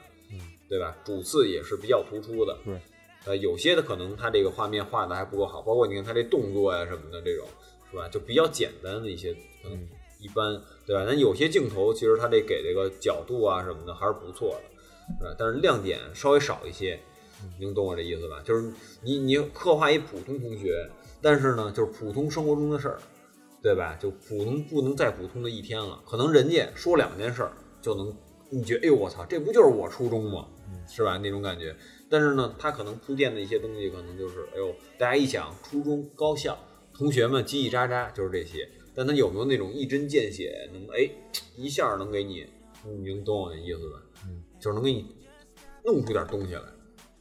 [SPEAKER 4] 对吧？主次也是比较突出的。
[SPEAKER 3] 对，
[SPEAKER 4] 呃，有些的可能他这个画面画的还不够好，包括你看他这动作呀、什么的这种，是吧？就比较简单的一些，可能一般，对吧？但有些镜头其实他这给这个角度啊什么的还是不错的，是吧？但是亮点稍微少一些，你能懂我这意思吧？就是你你刻画一普通同学，但是呢，就是普通生活中的事儿，对吧？就普通不能再普通的一天了，可能人家说两件事儿就能，你觉得哎呦我操，这不就是我初中吗？是吧？那种感觉。但是呢，他可能铺垫的一些东西，可能就是，哎呦，大家一想初中高校，同学们叽叽喳喳就是这些。但他有没有那种一针见血，能哎一下能给你，嗯你能懂我的意思吧？嗯，就是能给你弄出点东西来，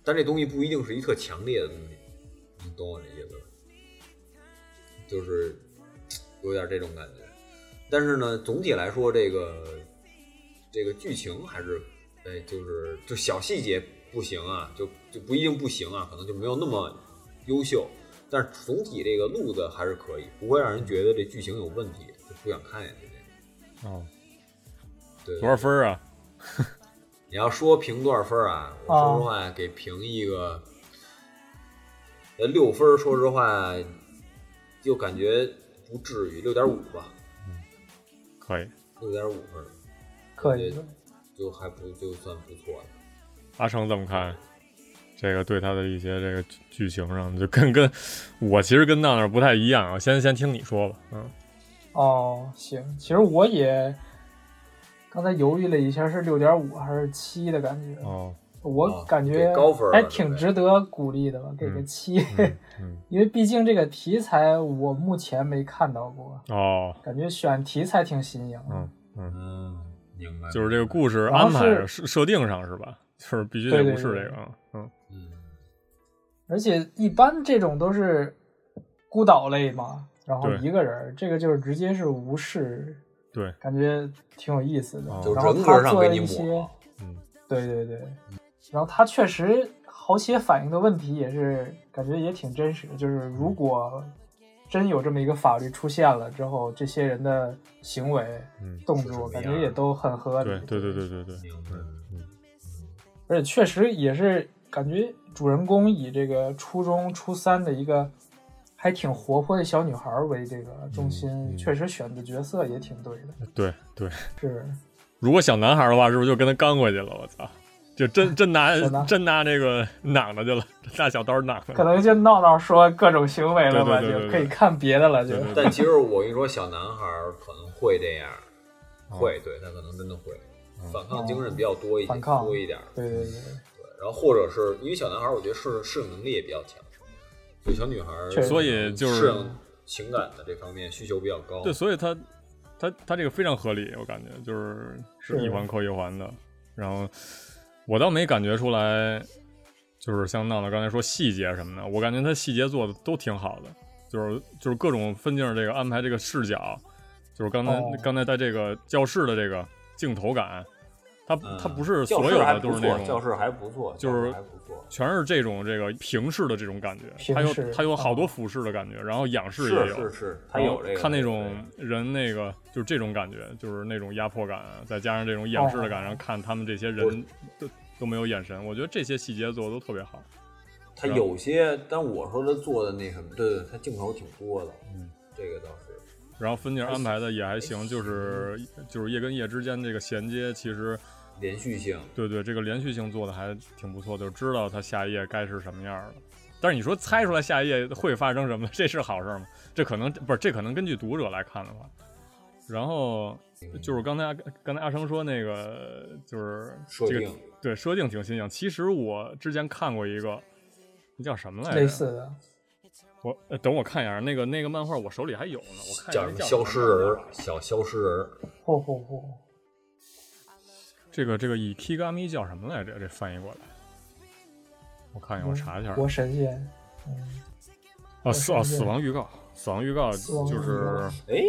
[SPEAKER 4] 但这东西不一定是一特强烈的东西，啊你懂我的意思吧？就是有点这种感觉。但是呢，总体来说，这个这个剧情还是，哎，就是就小细节不行啊，就就不一定不行啊，可能就没有那么优秀。但是总体这个路子还是可以，不会让人觉得这剧情有问题，就不想看下去。
[SPEAKER 3] 哦，
[SPEAKER 4] 对，对
[SPEAKER 3] 多少分儿啊？
[SPEAKER 4] 你要说评多少分儿啊？我说实话，给评一个呃六分儿，说实话又感觉不至于，六点五吧，
[SPEAKER 3] 可以，
[SPEAKER 4] 六点五分儿
[SPEAKER 5] 可以
[SPEAKER 4] 对就还不就算不错了。
[SPEAKER 3] 阿成怎么看？这个对他的一些这个剧剧情上，就跟跟我其实跟娜娜不太一样啊。先先听你说吧，嗯，
[SPEAKER 5] 哦，行，其实我也刚才犹豫了一下，是六点五还是七的感觉，
[SPEAKER 3] 哦，
[SPEAKER 5] 我感觉
[SPEAKER 4] 给嗯啊高分儿了
[SPEAKER 5] 还挺值得鼓励的吧，给个
[SPEAKER 3] 嗯
[SPEAKER 5] 七，
[SPEAKER 3] 嗯嗯，
[SPEAKER 5] 因为毕竟这个题材我目前没看到过，
[SPEAKER 3] 哦，
[SPEAKER 5] 感觉选题材挺新颖的。
[SPEAKER 3] 嗯嗯，
[SPEAKER 4] 嗯，明白。
[SPEAKER 3] 就是这个故事
[SPEAKER 5] 然后
[SPEAKER 3] 安排
[SPEAKER 5] 是
[SPEAKER 3] 设设定上是吧？就是必须
[SPEAKER 5] 对
[SPEAKER 3] 得
[SPEAKER 5] 对
[SPEAKER 3] 无视
[SPEAKER 5] 对
[SPEAKER 3] 这个啊，嗯，
[SPEAKER 4] 嗯，
[SPEAKER 5] 而且一般这种都是孤岛类嘛，然后
[SPEAKER 3] 对
[SPEAKER 5] 一个人儿，这个就是直接是无视，
[SPEAKER 3] 对，
[SPEAKER 5] 感觉挺有意思的。
[SPEAKER 3] 哦
[SPEAKER 4] 就
[SPEAKER 5] 然后
[SPEAKER 4] 人格
[SPEAKER 5] 他
[SPEAKER 4] 上
[SPEAKER 5] 做
[SPEAKER 4] 给
[SPEAKER 5] 了
[SPEAKER 4] 你
[SPEAKER 5] 一些
[SPEAKER 4] 抹，，
[SPEAKER 3] 嗯，
[SPEAKER 5] 对对对，然后他确实好写反映的问题也是感觉也挺真实的，就是
[SPEAKER 3] 嗯
[SPEAKER 5] 如果真有这么一个法律出现了之后，这些人的行为、
[SPEAKER 3] 嗯
[SPEAKER 5] 动
[SPEAKER 4] 是什
[SPEAKER 5] 作
[SPEAKER 4] 么
[SPEAKER 5] 感
[SPEAKER 4] 样
[SPEAKER 5] 觉也都很合理
[SPEAKER 3] 对。对对对对对，
[SPEAKER 4] 明白。
[SPEAKER 5] 而且确实也是感觉主人公以这个初中初三的一个还挺活泼的小女孩为这个中心，
[SPEAKER 3] 嗯嗯嗯
[SPEAKER 5] 确实选的角色也挺对的。
[SPEAKER 3] 对对。
[SPEAKER 5] 是，
[SPEAKER 3] 如果小男孩的话，是不是就跟他刚过去了？我操，就真真拿
[SPEAKER 5] 好的
[SPEAKER 3] 真拿这个 攮着去了，拿小刀攮着。
[SPEAKER 5] 可能就闹闹说各种行为了吧，
[SPEAKER 3] 对对对对对
[SPEAKER 5] 就可以看别的了，就
[SPEAKER 3] 对对对
[SPEAKER 4] 但其实我跟你说，小男孩儿可能会这样，会，对他可能真的会，反抗精神比较多一些，
[SPEAKER 5] 哦反抗
[SPEAKER 4] 多一点儿。
[SPEAKER 5] 对对对，
[SPEAKER 3] 哎
[SPEAKER 4] 对，然后或者是因为小男孩儿，我觉得适适应能力也比较强，对小女孩儿
[SPEAKER 5] 确实
[SPEAKER 3] 所以就是
[SPEAKER 4] 适应情感的这方面需求比较高。
[SPEAKER 3] 对，所以他他他这个非常合理，我感觉就是是
[SPEAKER 5] 是
[SPEAKER 3] 一环扣一环的。然后我倒没感觉出来，就是像闹闹刚才说细节什么的，我感觉他细节做的都挺好的，就是就是各种分镜这个安排这个视角，就是刚才、
[SPEAKER 5] 哦
[SPEAKER 3] 刚才在这个教室的这个镜头感，他
[SPEAKER 4] 嗯
[SPEAKER 3] 他不是
[SPEAKER 6] 教
[SPEAKER 3] 所
[SPEAKER 6] 室
[SPEAKER 3] 有
[SPEAKER 6] 还
[SPEAKER 3] 的
[SPEAKER 6] 不
[SPEAKER 3] 都是
[SPEAKER 6] 错
[SPEAKER 3] 那种
[SPEAKER 6] 教室还不错，
[SPEAKER 3] 就
[SPEAKER 6] 教室
[SPEAKER 3] 是
[SPEAKER 6] 还不错。
[SPEAKER 3] 全是这种这个平视的这种感觉，
[SPEAKER 5] 平
[SPEAKER 3] 它有
[SPEAKER 5] 视
[SPEAKER 3] 它有好多
[SPEAKER 5] 哦
[SPEAKER 3] 俯视的感觉，然后仰视也有，
[SPEAKER 6] 是是是，他有这个。
[SPEAKER 3] 看那
[SPEAKER 6] 对
[SPEAKER 3] 种人那个就是这种感觉，就是那种压迫感，再加上这种仰视的感，然后看他们这些人都都没有眼神，我觉得这些细节做的都特别好。
[SPEAKER 6] 他有些，但我说他做的那什么，对对，他镜头挺多的，嗯，这个倒是。
[SPEAKER 3] 然后分镜安排的也还行，就是
[SPEAKER 6] 嗯
[SPEAKER 3] 就是夜跟夜之间这个衔接，其实
[SPEAKER 6] 连续性，
[SPEAKER 3] 对对这个连续性做的还挺不错，就知道它下一页该是什么样了。但是你说猜出来下一页会发生什么，这是好事吗？这可能不是，这可能根据读者来看的话。然后就是刚才阿刚才阿生说那个，就是
[SPEAKER 6] 设
[SPEAKER 3] 这个
[SPEAKER 6] 定
[SPEAKER 3] 对设定挺新颖。其实我之前看过一个，那叫什么来着？
[SPEAKER 5] 类似的，
[SPEAKER 3] 我、呃等我看一下那个那个漫画，我手里还有呢。我看一下那
[SPEAKER 4] 叫什么
[SPEAKER 3] 叫
[SPEAKER 4] 消失人
[SPEAKER 3] 漫
[SPEAKER 4] 儿
[SPEAKER 3] 画，
[SPEAKER 4] 小消失人儿，
[SPEAKER 5] 嚯嚯嚯，
[SPEAKER 3] 这个这个以 Kigami 叫什么来着？这翻译过来，我看一下，
[SPEAKER 5] 嗯
[SPEAKER 3] 我查一下。
[SPEAKER 5] 活神仙，
[SPEAKER 3] 啊，死啊，
[SPEAKER 5] 是
[SPEAKER 3] 死亡预告，死亡预告
[SPEAKER 5] 亡
[SPEAKER 3] 就
[SPEAKER 5] 预
[SPEAKER 3] 是
[SPEAKER 5] 告，
[SPEAKER 6] 哎，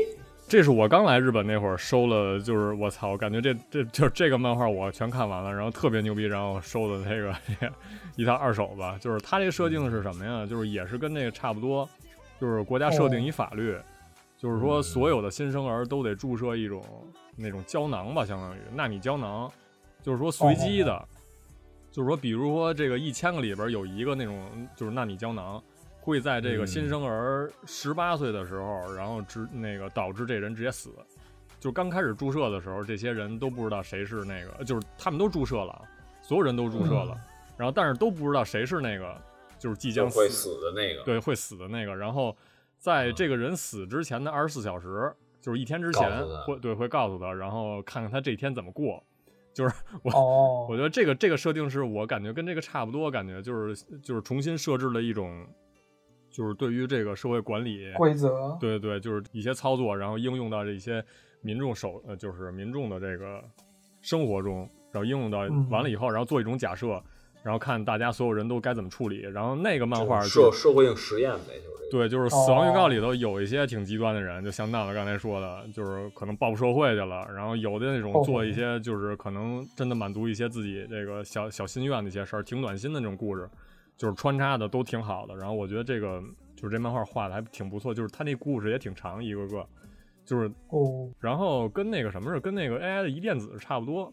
[SPEAKER 3] 这是我刚来日本那会儿收了，就是我操，我感觉这这就是这个漫画我全看完了，然后特别牛逼，然后收的这个 一套二手吧，就是它这个设定是什么呀？就是也是跟那个差不多，就是国家设定一法律，就是说所有的新生儿都得注射一种那种胶囊吧，相当于纳米胶囊，就是说随机的，就是说比如说这个一千个里边有一个那种就是纳米胶囊。会在这个新生儿十八岁的时候，然后直那个导致这人直接死。就刚开始注射的时候，这些人都不知道谁是那个，就是他们都注射了啊，所有人都注射了，然后但是都不知道谁是那个，就是即
[SPEAKER 4] 就
[SPEAKER 3] 将
[SPEAKER 4] 会
[SPEAKER 3] 死
[SPEAKER 4] 死的那个。
[SPEAKER 3] 对，会死的那个。然后在这个人死之前的二十四小时，就是一天之
[SPEAKER 4] 告诉
[SPEAKER 3] 前
[SPEAKER 4] 他
[SPEAKER 3] 会对会告诉他，然后看看他这一天怎么过。就是我、
[SPEAKER 5] 哦
[SPEAKER 3] 我，觉得这个这个设定是我感觉跟这个差不多，感觉就是就是重新设置了一种，就是对于这个社会管理，
[SPEAKER 5] 规则，
[SPEAKER 3] 对对，就是一些操作，然后应用到这些民众手呃，就是民众的这个生活中，然后应用到
[SPEAKER 5] 嗯
[SPEAKER 3] 完了以后，然后做一种假设，然后看大家所有人都该怎么处理，然后那个漫画
[SPEAKER 4] 社
[SPEAKER 3] 就
[SPEAKER 4] 社会性实验呗，就是这个。
[SPEAKER 3] 对，就是《死亡预告》里头有一些挺极端的人，就像娜娜刚才说的，就是可能报复社会去了，然后有的那种
[SPEAKER 5] 哦
[SPEAKER 3] 做一些就是可能真的满足一些自己这个小小心愿的一些事儿，挺暖心的那种故事，就是穿插的都挺好的。然后我觉得这个就是这漫画画的还挺不错，就是他那故事也挺长，一个个，就是
[SPEAKER 5] 哦，
[SPEAKER 3] 然后跟那个什么是跟那个 AI 的一电子差不多，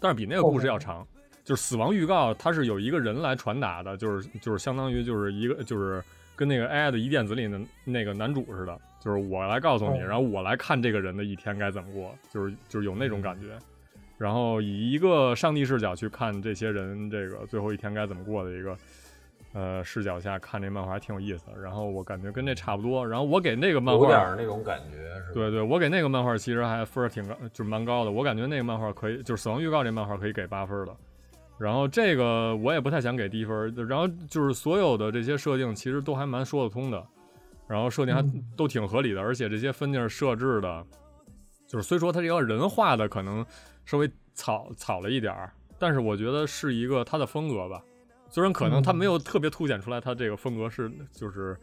[SPEAKER 3] 但是比那个故事要长。就是死亡预告，它是有一个人来传达的，就是就是相当于就是一个就是跟那个 AI 的一电子里的那个男主似的，就是我来告诉你，
[SPEAKER 5] 哦
[SPEAKER 3] 然后我来看这个人的一天该怎么过，就是就是有那种感觉。
[SPEAKER 6] 嗯
[SPEAKER 3] 然后以一个上帝视角去看这些人这个最后一天该怎么过的一个呃视角下看这漫画还挺有意思的。然后我感觉跟这差不多。然后我给那个漫画
[SPEAKER 6] 有点儿那种感觉，是吧？
[SPEAKER 3] 对对，我给那个漫画其实还分儿挺高，就是蛮高的。我感觉那个漫画可以，就是《死亡预告》这漫画可以给八分儿的。然后这个我也不太想给低分儿，然后就是所有的这些设定其实都还蛮说得通的，然后设定还
[SPEAKER 5] 嗯
[SPEAKER 3] 都挺合理的，而且这些分镜设置的，就是虽说它这个人画的可能稍微草草了一点儿，但是我觉得是一个他的风格吧。虽然可能他没有特别凸显出来，他这个风格是就是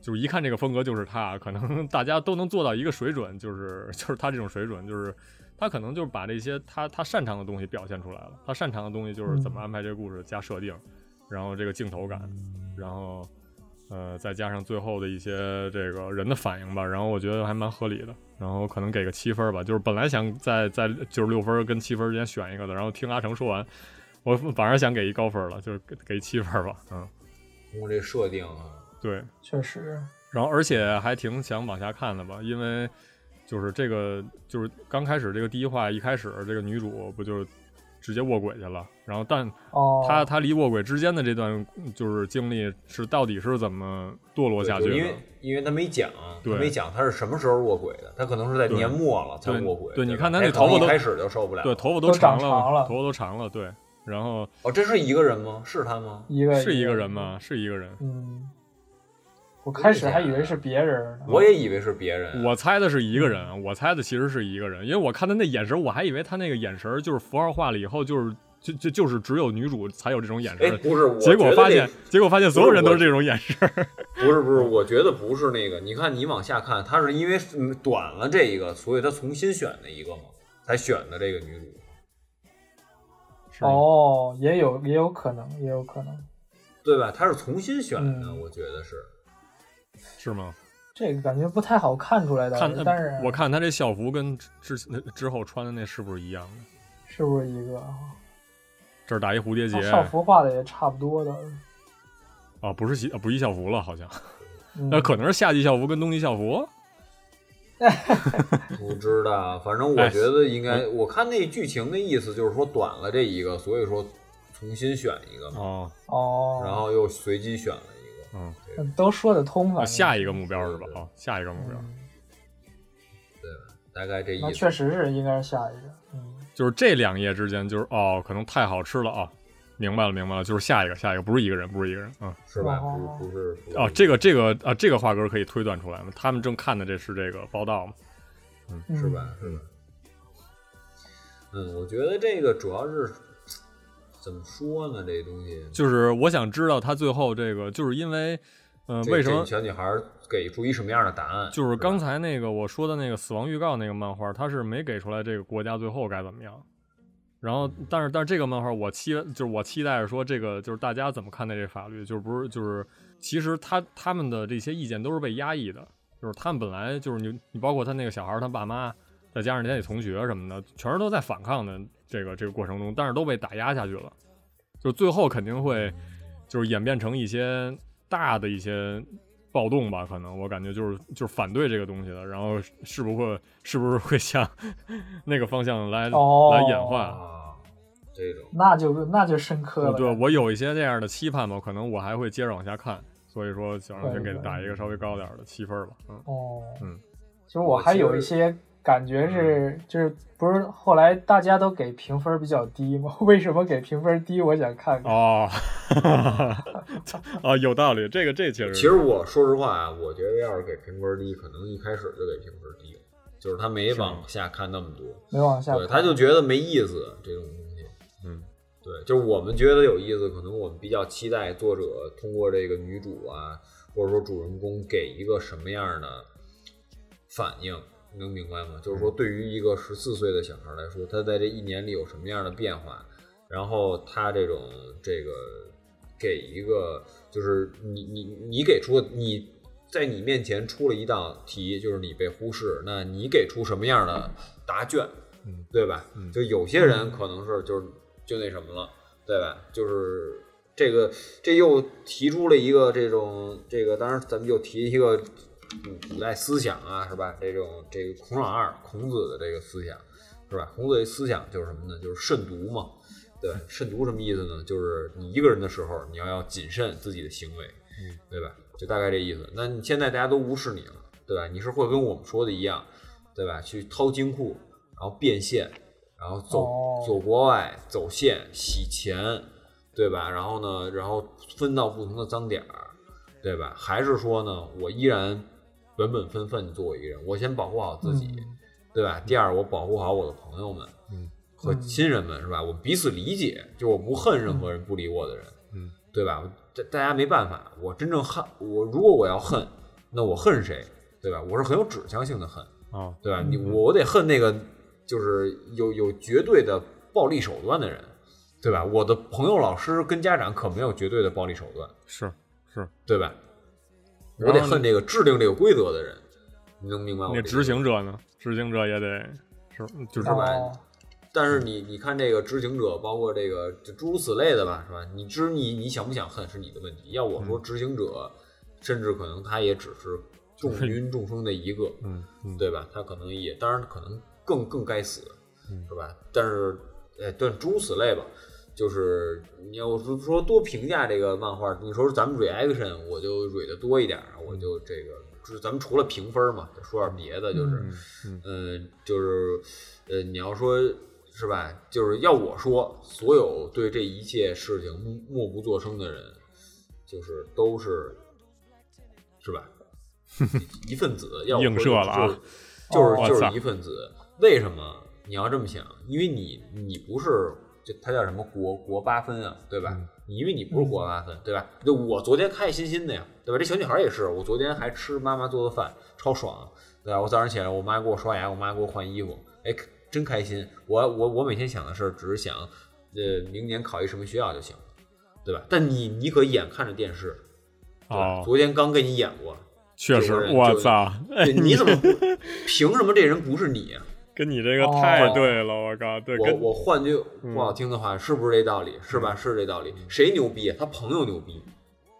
[SPEAKER 3] 就是一看这个风格就是他，可能 大家都能做到一个水准，就是就是他这种水准，就是他可能就是把这些他他擅长的东西表现出来了，他擅长的东西就是怎么安排这个故事加设定，然后这个镜头感，然后呃再加上最后的一些这个人的反应吧，然后我觉得还蛮合理的。然后可能给个七分吧，就是本来想在在就是六分跟七分之间选一个的，然后听阿成说完，我反而想给一高分了，就是给给七分吧。嗯，
[SPEAKER 6] 通过这设定啊，
[SPEAKER 3] 对。
[SPEAKER 5] 确实，
[SPEAKER 3] 然后而且还挺想往下看的吧，因为就是这个就是刚开始这个第一话一开始这个女主不就直接卧轨去了。然后，但
[SPEAKER 5] 哦，
[SPEAKER 3] 他他离卧轨之间的这段就是经历是到底是怎么堕落下去
[SPEAKER 4] 对
[SPEAKER 3] 的？
[SPEAKER 4] 因为因为他没讲，他
[SPEAKER 3] 对
[SPEAKER 4] 没讲他是什么时候卧轨的，他可能是在
[SPEAKER 3] 对
[SPEAKER 4] 年末了才
[SPEAKER 3] 对
[SPEAKER 4] 卧轨。
[SPEAKER 3] 对你
[SPEAKER 4] 吧
[SPEAKER 3] 看他
[SPEAKER 4] 哎
[SPEAKER 3] 那
[SPEAKER 4] 可能
[SPEAKER 3] 头发
[SPEAKER 4] 一
[SPEAKER 3] 都
[SPEAKER 4] 开始就受不了。
[SPEAKER 3] 对，，头发
[SPEAKER 5] 都
[SPEAKER 3] 长
[SPEAKER 5] 长长了
[SPEAKER 3] 头发都长了，对。然后
[SPEAKER 4] 哦，这是一个人吗？是他吗？
[SPEAKER 5] 一个
[SPEAKER 3] 是一个人？吗？是一个人。
[SPEAKER 5] 嗯，我开始还以
[SPEAKER 3] 哎
[SPEAKER 5] 为是别人呢，
[SPEAKER 4] 我也以为是别人。
[SPEAKER 3] 我猜的是一个人， 我猜的其实是一个人，因为我看他那眼神，我还以为他那个眼神就是符号化了以后，就是就就就是只有女主才有这种眼
[SPEAKER 4] 哎，
[SPEAKER 3] 神。
[SPEAKER 4] 不是，我
[SPEAKER 3] 结果
[SPEAKER 4] 觉得
[SPEAKER 3] 发
[SPEAKER 4] 这
[SPEAKER 3] 现，结果发现所有人都是这种眼神。
[SPEAKER 4] 不是不是，我觉得不是那个。你看，你往下看，他是因为嗯短了这一个，所以他重新选的一个嘛，才选的这个女主。
[SPEAKER 3] 是吗，
[SPEAKER 5] 哦，也有也有可能，也有可能，
[SPEAKER 4] 对吧？他是重新选的，
[SPEAKER 5] 嗯
[SPEAKER 4] 我觉得是。
[SPEAKER 3] 是吗？
[SPEAKER 5] 这个感觉不太好看出来的，
[SPEAKER 3] 看，呃
[SPEAKER 5] 但是
[SPEAKER 3] 我看他这校服跟之之之后穿的那是不是一样的？
[SPEAKER 5] 是不是一个
[SPEAKER 3] 这儿打一蝴蝶结
[SPEAKER 5] 他哦校服画的也差不多的？
[SPEAKER 3] 啊，不是西啊不一校服了，好像
[SPEAKER 5] 嗯
[SPEAKER 3] 呃那可能是夏季校服跟冬季校服。
[SPEAKER 4] 不知道，反正
[SPEAKER 3] 哎
[SPEAKER 4] 我觉得应该，我看那剧情的意思就是说短了这一个，所以说重新选一个嘛，
[SPEAKER 3] 哦，
[SPEAKER 5] 哦，
[SPEAKER 4] 然后又随机选了一个。
[SPEAKER 3] 嗯，
[SPEAKER 5] 嗯都说得通吧？
[SPEAKER 3] 啊，下一个目标是吧
[SPEAKER 4] 对？对
[SPEAKER 3] 啊，下一个目标
[SPEAKER 5] 嗯
[SPEAKER 4] 大概这
[SPEAKER 5] 那
[SPEAKER 4] 意思
[SPEAKER 5] 确，实是应该是下一个，嗯，
[SPEAKER 3] 就是这两页之间，就是哦，可能太好吃了啊。明白了，明白了，就是下一个，下一个不是一个人，不是一个人，嗯，
[SPEAKER 4] 是吧？
[SPEAKER 5] 哦
[SPEAKER 4] 不是不是不是
[SPEAKER 3] 哦，这个这个啊，这个画格可以推断出来吗？他们正看的这是这个报道嘛？
[SPEAKER 5] 嗯
[SPEAKER 4] 是吧？是吧？嗯，我觉得这个主要是怎么说呢？这东西
[SPEAKER 3] 就是我想知道他最后这个，就是因为，呃，
[SPEAKER 4] 这
[SPEAKER 3] 为什
[SPEAKER 4] 这
[SPEAKER 3] 么
[SPEAKER 4] 小女孩给出一什么样的答案？
[SPEAKER 3] 就是刚才那个我说的那个死亡预告那个漫画，它是没给出来这个国家最后该怎么样。然后，但是但是这个漫画我期就是我期待着说这个就是大家怎么看待这法律，就是不是就是其实他他们的这些意见都是被压抑的，就是他们本来就是你你包括他那个小孩儿他爸妈，再加上他那同学什么的，全是都在反抗的这个这个过程中，但是都被打压下去了，就最后肯定会就是演变成一些大的一些暴动吧，可能我感觉就是就是反对这个东西的，然后是不会是不是会向那个方向来、
[SPEAKER 5] 哦
[SPEAKER 3] 来演化？
[SPEAKER 4] 啊，这种
[SPEAKER 5] 嗯那就那就深刻了。
[SPEAKER 3] 呃对，我有一些这样的期盼吧，可能我还会接着往下看，所以说想让先给
[SPEAKER 5] 对对
[SPEAKER 3] 打一个稍微高点儿的七分吧，嗯。
[SPEAKER 5] 哦，
[SPEAKER 3] 嗯，
[SPEAKER 5] 其实我还有一些感觉
[SPEAKER 4] 嗯
[SPEAKER 5] 是，就是不是后来大家都给评分比较低吗？ 为什么给评分低？我想看看。
[SPEAKER 3] 哦， 啊，有道理，这个这确实
[SPEAKER 4] 其实我说实话啊，我觉得要是给评分低，可能一开始就给评分低了，就是他没
[SPEAKER 3] 是吗
[SPEAKER 4] 往下看那么多，
[SPEAKER 5] 没往下看，
[SPEAKER 4] 对，他就觉得没意思这种东西。
[SPEAKER 3] 嗯，
[SPEAKER 4] 对，就是我们觉得有意思，可能我们比较期待作者通过这个女主啊，或者说主人公给一个什么样的反应，你能明白吗？就是说，对于一个十四岁的小孩来说，他在这一年里有什么样的变化，然后他这种这个给一个，就是你你你给出你在你面前出了一道题，就是你被忽视，那你给出什么样的答卷，
[SPEAKER 3] 嗯，
[SPEAKER 4] 对吧？
[SPEAKER 3] 嗯
[SPEAKER 4] 就有些人可能是就是就那什么了，对吧？就是这个这又提出了一个这种这个，当然咱们又提一个嗯古代思想啊，是吧？这种这个孔老二孔子的这个思想。是吧？孔子的思想就是什么呢？就是慎独嘛。对，慎独什么意思呢？就是你一个人的时候，你要要谨慎自己的行为，
[SPEAKER 5] 嗯
[SPEAKER 4] 对吧？就大概这意思。那你现在大家都无视你了，对吧？你是会跟我们说的一样，对吧？去掏金库，然后变现，然后走、
[SPEAKER 5] 哦
[SPEAKER 4] 走国外，走线，洗钱，对吧？然后呢，然后分到不同的脏点儿，对吧？还是说呢，我依然本本分分地做我一个人，我先保护好自己。
[SPEAKER 5] 嗯
[SPEAKER 4] 对吧？第二，我保护好我的朋友们，
[SPEAKER 3] 嗯，
[SPEAKER 4] 和
[SPEAKER 5] 嗯
[SPEAKER 4] 亲人们，是吧？我彼此理解，就我不恨任何人不理我的人，
[SPEAKER 3] 嗯，
[SPEAKER 4] 对吧？大大家没办法，我真正恨我，如果我要恨，那我恨谁？对吧？我是很有指向性的恨，
[SPEAKER 3] 啊，
[SPEAKER 4] 对吧？你我得恨那个就是有有绝对的暴力手段的人，对吧？我的朋友、老师跟家长可没有绝对的暴力手段，
[SPEAKER 3] 是是，
[SPEAKER 4] 对吧？
[SPEAKER 3] 然
[SPEAKER 4] 我
[SPEAKER 3] 后
[SPEAKER 4] 得恨这个制定这个规则的人，你能明白我
[SPEAKER 3] 那
[SPEAKER 4] 这个
[SPEAKER 3] 执行者呢？执行者也得是，就是
[SPEAKER 4] 吧
[SPEAKER 5] 哦
[SPEAKER 4] 但是你你看这个知情者，包括这个就诸如此类的吧，是吧？你知你你想不想恨是你的问题。要我说，知情者、甚至可能他也只是众民众生的一个，
[SPEAKER 3] 嗯嗯，
[SPEAKER 4] 对吧？他可能也当然可能更更该死，
[SPEAKER 3] 嗯
[SPEAKER 4] 是吧？但是呃，对，诸如此类吧。就是你要说说多评价这个漫画，你说咱们 reaction，我就蕊的多一点儿，
[SPEAKER 3] 嗯
[SPEAKER 4] 我就这个，就是咱们除了评分嘛，说点别的，就是，
[SPEAKER 3] 嗯
[SPEAKER 4] 嗯、就是，呃，你要说是吧，就是要我说，所有对这一切事情默默不作声的人，就是都是，是吧？一份子，要我说
[SPEAKER 3] 映射了啊
[SPEAKER 4] 就是就是
[SPEAKER 3] 哦
[SPEAKER 4] 就是
[SPEAKER 3] 我操
[SPEAKER 4] 一份子。为什么你要这么想？因为你你不是就他叫什么国国八分啊，对吧？
[SPEAKER 3] 嗯
[SPEAKER 4] 你因为你不是国八分，对吧？就我昨天开开心心的呀，对吧？这小女孩也是，我昨天还吃妈妈做的饭，超爽，对吧？我早上起来，我妈给我刷牙，我妈给我换衣服，哎，真开心。我我我每天想的事儿只是想，呃，明年考一什么学校就行，对吧？但你你可眼看着电视，对吧？
[SPEAKER 3] 哦，
[SPEAKER 4] 昨天刚给你演过，
[SPEAKER 3] 确
[SPEAKER 4] 这个
[SPEAKER 3] 实，
[SPEAKER 4] 人
[SPEAKER 3] 我
[SPEAKER 4] 就
[SPEAKER 3] 操，哎，
[SPEAKER 4] 对，你怎么不凭什么这人不是你啊？
[SPEAKER 3] 跟你这个
[SPEAKER 5] 哦
[SPEAKER 3] 太对了，我靠，对，
[SPEAKER 4] 我
[SPEAKER 3] 跟
[SPEAKER 4] 我换句不好听的话，是不是这道理？是吧？是这道理。谁牛逼啊？他朋友牛逼。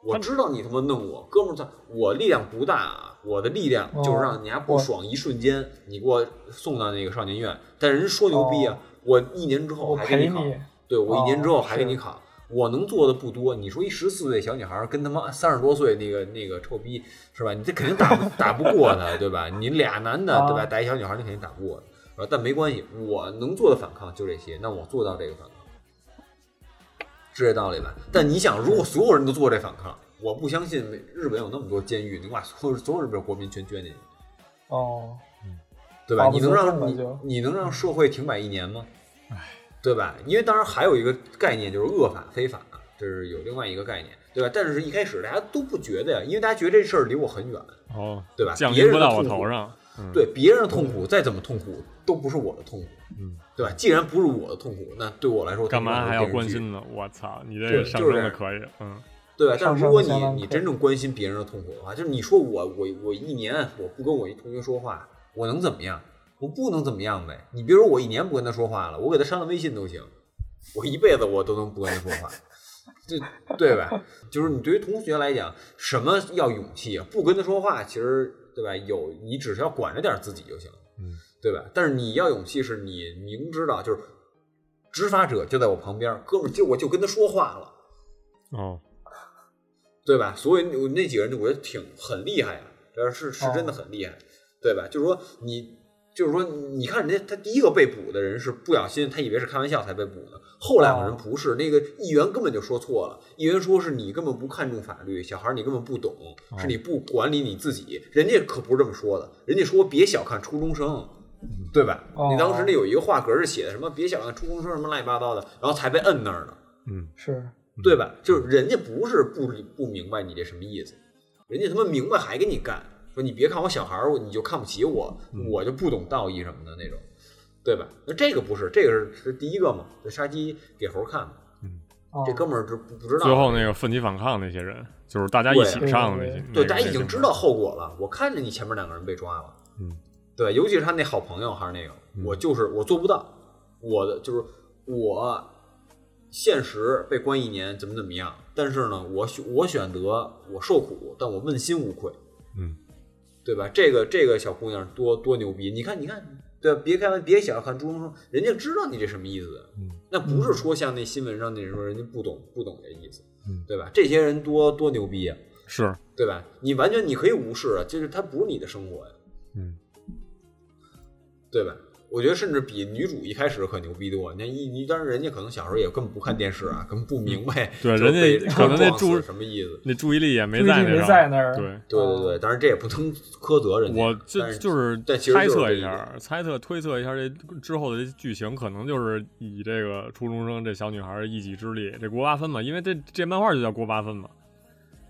[SPEAKER 4] 我知道你他妈弄我，哥们儿他，我力量不大啊，我的力量就是让你家不爽，一瞬间你给我送到那个少年院。但人说牛逼啊，我一年之后
[SPEAKER 5] 我
[SPEAKER 4] 还给
[SPEAKER 5] 陪
[SPEAKER 4] 考，
[SPEAKER 5] 你，
[SPEAKER 4] 对我一年之后
[SPEAKER 5] 哦
[SPEAKER 4] 还给你
[SPEAKER 5] 是
[SPEAKER 4] 考。我能做的不多，你说一十四岁小女孩儿跟他妈三十多岁那个那个臭逼是吧？你这肯定打不打不过她，对吧？你俩男的
[SPEAKER 5] 啊
[SPEAKER 4] 对吧？带一小女孩儿，你肯定打不过她，啊但没关系，我能做的反抗就这些，那我做到这个反抗，是这道理吧？但你想，如果所有人都做这反抗，我不相信美日本有那么多监狱，能把所有所有日本国民全圈进去，
[SPEAKER 5] 哦，
[SPEAKER 4] 对吧？
[SPEAKER 5] 法不
[SPEAKER 4] 你能
[SPEAKER 5] 责
[SPEAKER 4] 让
[SPEAKER 5] 众了
[SPEAKER 4] 你
[SPEAKER 5] 就
[SPEAKER 4] 你能让社会停摆一年吗？对吧？因为当然还有一个概念就是恶法非法，这是有另外一个概念，对吧？但是一开始大家都不觉得呀，因为大家觉得这事儿离我很远，
[SPEAKER 5] 嗯
[SPEAKER 3] 哦，
[SPEAKER 4] 对吧
[SPEAKER 3] 降
[SPEAKER 4] 别
[SPEAKER 3] 临
[SPEAKER 4] 人
[SPEAKER 3] 不
[SPEAKER 4] 的
[SPEAKER 3] 到我
[SPEAKER 4] 痛苦
[SPEAKER 3] 头上，嗯，
[SPEAKER 4] 对别人的痛苦再怎么痛苦都不是我的痛苦，
[SPEAKER 3] 嗯，
[SPEAKER 4] 对吧？既然不是我的痛苦，那对我来说
[SPEAKER 3] 干嘛还要关？
[SPEAKER 4] 它就是电视剧
[SPEAKER 3] 心呢？我操，你这
[SPEAKER 4] 对
[SPEAKER 3] 个上
[SPEAKER 4] 就是
[SPEAKER 3] 升的
[SPEAKER 4] 这样
[SPEAKER 3] 可以，嗯，
[SPEAKER 4] 对吧？但
[SPEAKER 5] 上
[SPEAKER 4] 是如果
[SPEAKER 5] 升相当
[SPEAKER 4] 你你
[SPEAKER 5] 快
[SPEAKER 4] 真正关心别人的痛苦的话，就是你说我我我一年我不跟我一同学说话，我能怎么样？我不能怎么样呗。你比如说我一年不跟他说话了，我给他删了微信都行，我一辈子我都能不跟他说话，这对吧？就是你对于同学来讲，什么要勇气啊？不跟他说话，其实对吧？有你只是要管着点自己就行，
[SPEAKER 3] 嗯，
[SPEAKER 4] 对吧？但是你要勇气，是你明知道就是执法者就在我旁边，哥们儿，就我就跟他说话了。
[SPEAKER 3] 哦，
[SPEAKER 4] 对吧？所以我那几个人，我觉得挺很厉害啊，这是是真的很厉害，对吧？就是说你，就是说你看人家他第一个被捕的人是不小心，他以为是开玩笑才被捕的，后两个人不是，那个议员根本就说错了，议员说是你根本不看重法律，小孩你根本不懂，是你不管理你自己，人家可不是这么说的，人家说别小看初中生。对吧？
[SPEAKER 5] 哦
[SPEAKER 4] 你当时那有一个话格是写的什么“别小看初中生”什么乱七八糟的，然后才被摁那儿呢。
[SPEAKER 5] 是
[SPEAKER 4] 对吧？就是人家不是不理不明白你这什么意思，人家他妈明白还给你干，说你别看我小孩儿，我你就看不起我，我就不懂道义什么的那种，对吧？那这个不是，这个是是第一个嘛，这杀鸡给猴看嘛，
[SPEAKER 5] 哦，
[SPEAKER 4] 这哥们儿这不不知道。
[SPEAKER 3] 最后那个奋起反抗那些人，就是大家一
[SPEAKER 4] 对
[SPEAKER 3] 起上的那些，那
[SPEAKER 4] 对，
[SPEAKER 3] 个
[SPEAKER 4] 大家已
[SPEAKER 3] 那
[SPEAKER 4] 经
[SPEAKER 3] 些
[SPEAKER 4] 知道后果了。我看着你前面两个人被抓了，
[SPEAKER 3] 嗯，
[SPEAKER 4] 对，尤其是他那好朋友还是那个，我就是我做不到，我的就是我现实被关一年怎么怎么样，但是呢，我选我选择我受苦，但我问心无愧，
[SPEAKER 3] 嗯，
[SPEAKER 4] 对吧？这个这个小姑娘多多牛逼，你看你看。对，别看别小看朱生生，人家知道你这什么意思，
[SPEAKER 3] 嗯，
[SPEAKER 4] 那不是说像那新闻上那人说人家不懂不懂这意思，
[SPEAKER 3] 嗯，
[SPEAKER 4] 对吧？这些人多多牛逼啊，
[SPEAKER 3] 是
[SPEAKER 4] 对吧？你完全你可以无视啊，就是它不是你的生活呀，
[SPEAKER 3] 嗯，
[SPEAKER 4] 对吧？我觉得甚至比女主一开始可牛逼多。你看一，你当然人家可能小时候也根本不看电视啊，根本不明白，
[SPEAKER 3] 对
[SPEAKER 4] 就是被
[SPEAKER 3] 人家可能那
[SPEAKER 4] 撞死
[SPEAKER 3] 注
[SPEAKER 4] 什么意思？
[SPEAKER 3] 那注意力也没
[SPEAKER 5] 注意
[SPEAKER 3] 在
[SPEAKER 5] 力没
[SPEAKER 3] 上
[SPEAKER 5] 在那儿
[SPEAKER 3] 对。
[SPEAKER 4] 对对对，当然这也不能苛责人家。
[SPEAKER 3] 哦我
[SPEAKER 4] 但
[SPEAKER 3] 这
[SPEAKER 4] 是
[SPEAKER 3] 就是
[SPEAKER 4] 但其实
[SPEAKER 3] 猜
[SPEAKER 4] 就是
[SPEAKER 3] 测
[SPEAKER 4] 这
[SPEAKER 3] 一
[SPEAKER 4] 一
[SPEAKER 3] 下，猜测推测一下这之后的这剧情，可能就是以这个初中生这小女孩一己之力，这锅巴分嘛，因为这这漫画就叫锅巴分嘛。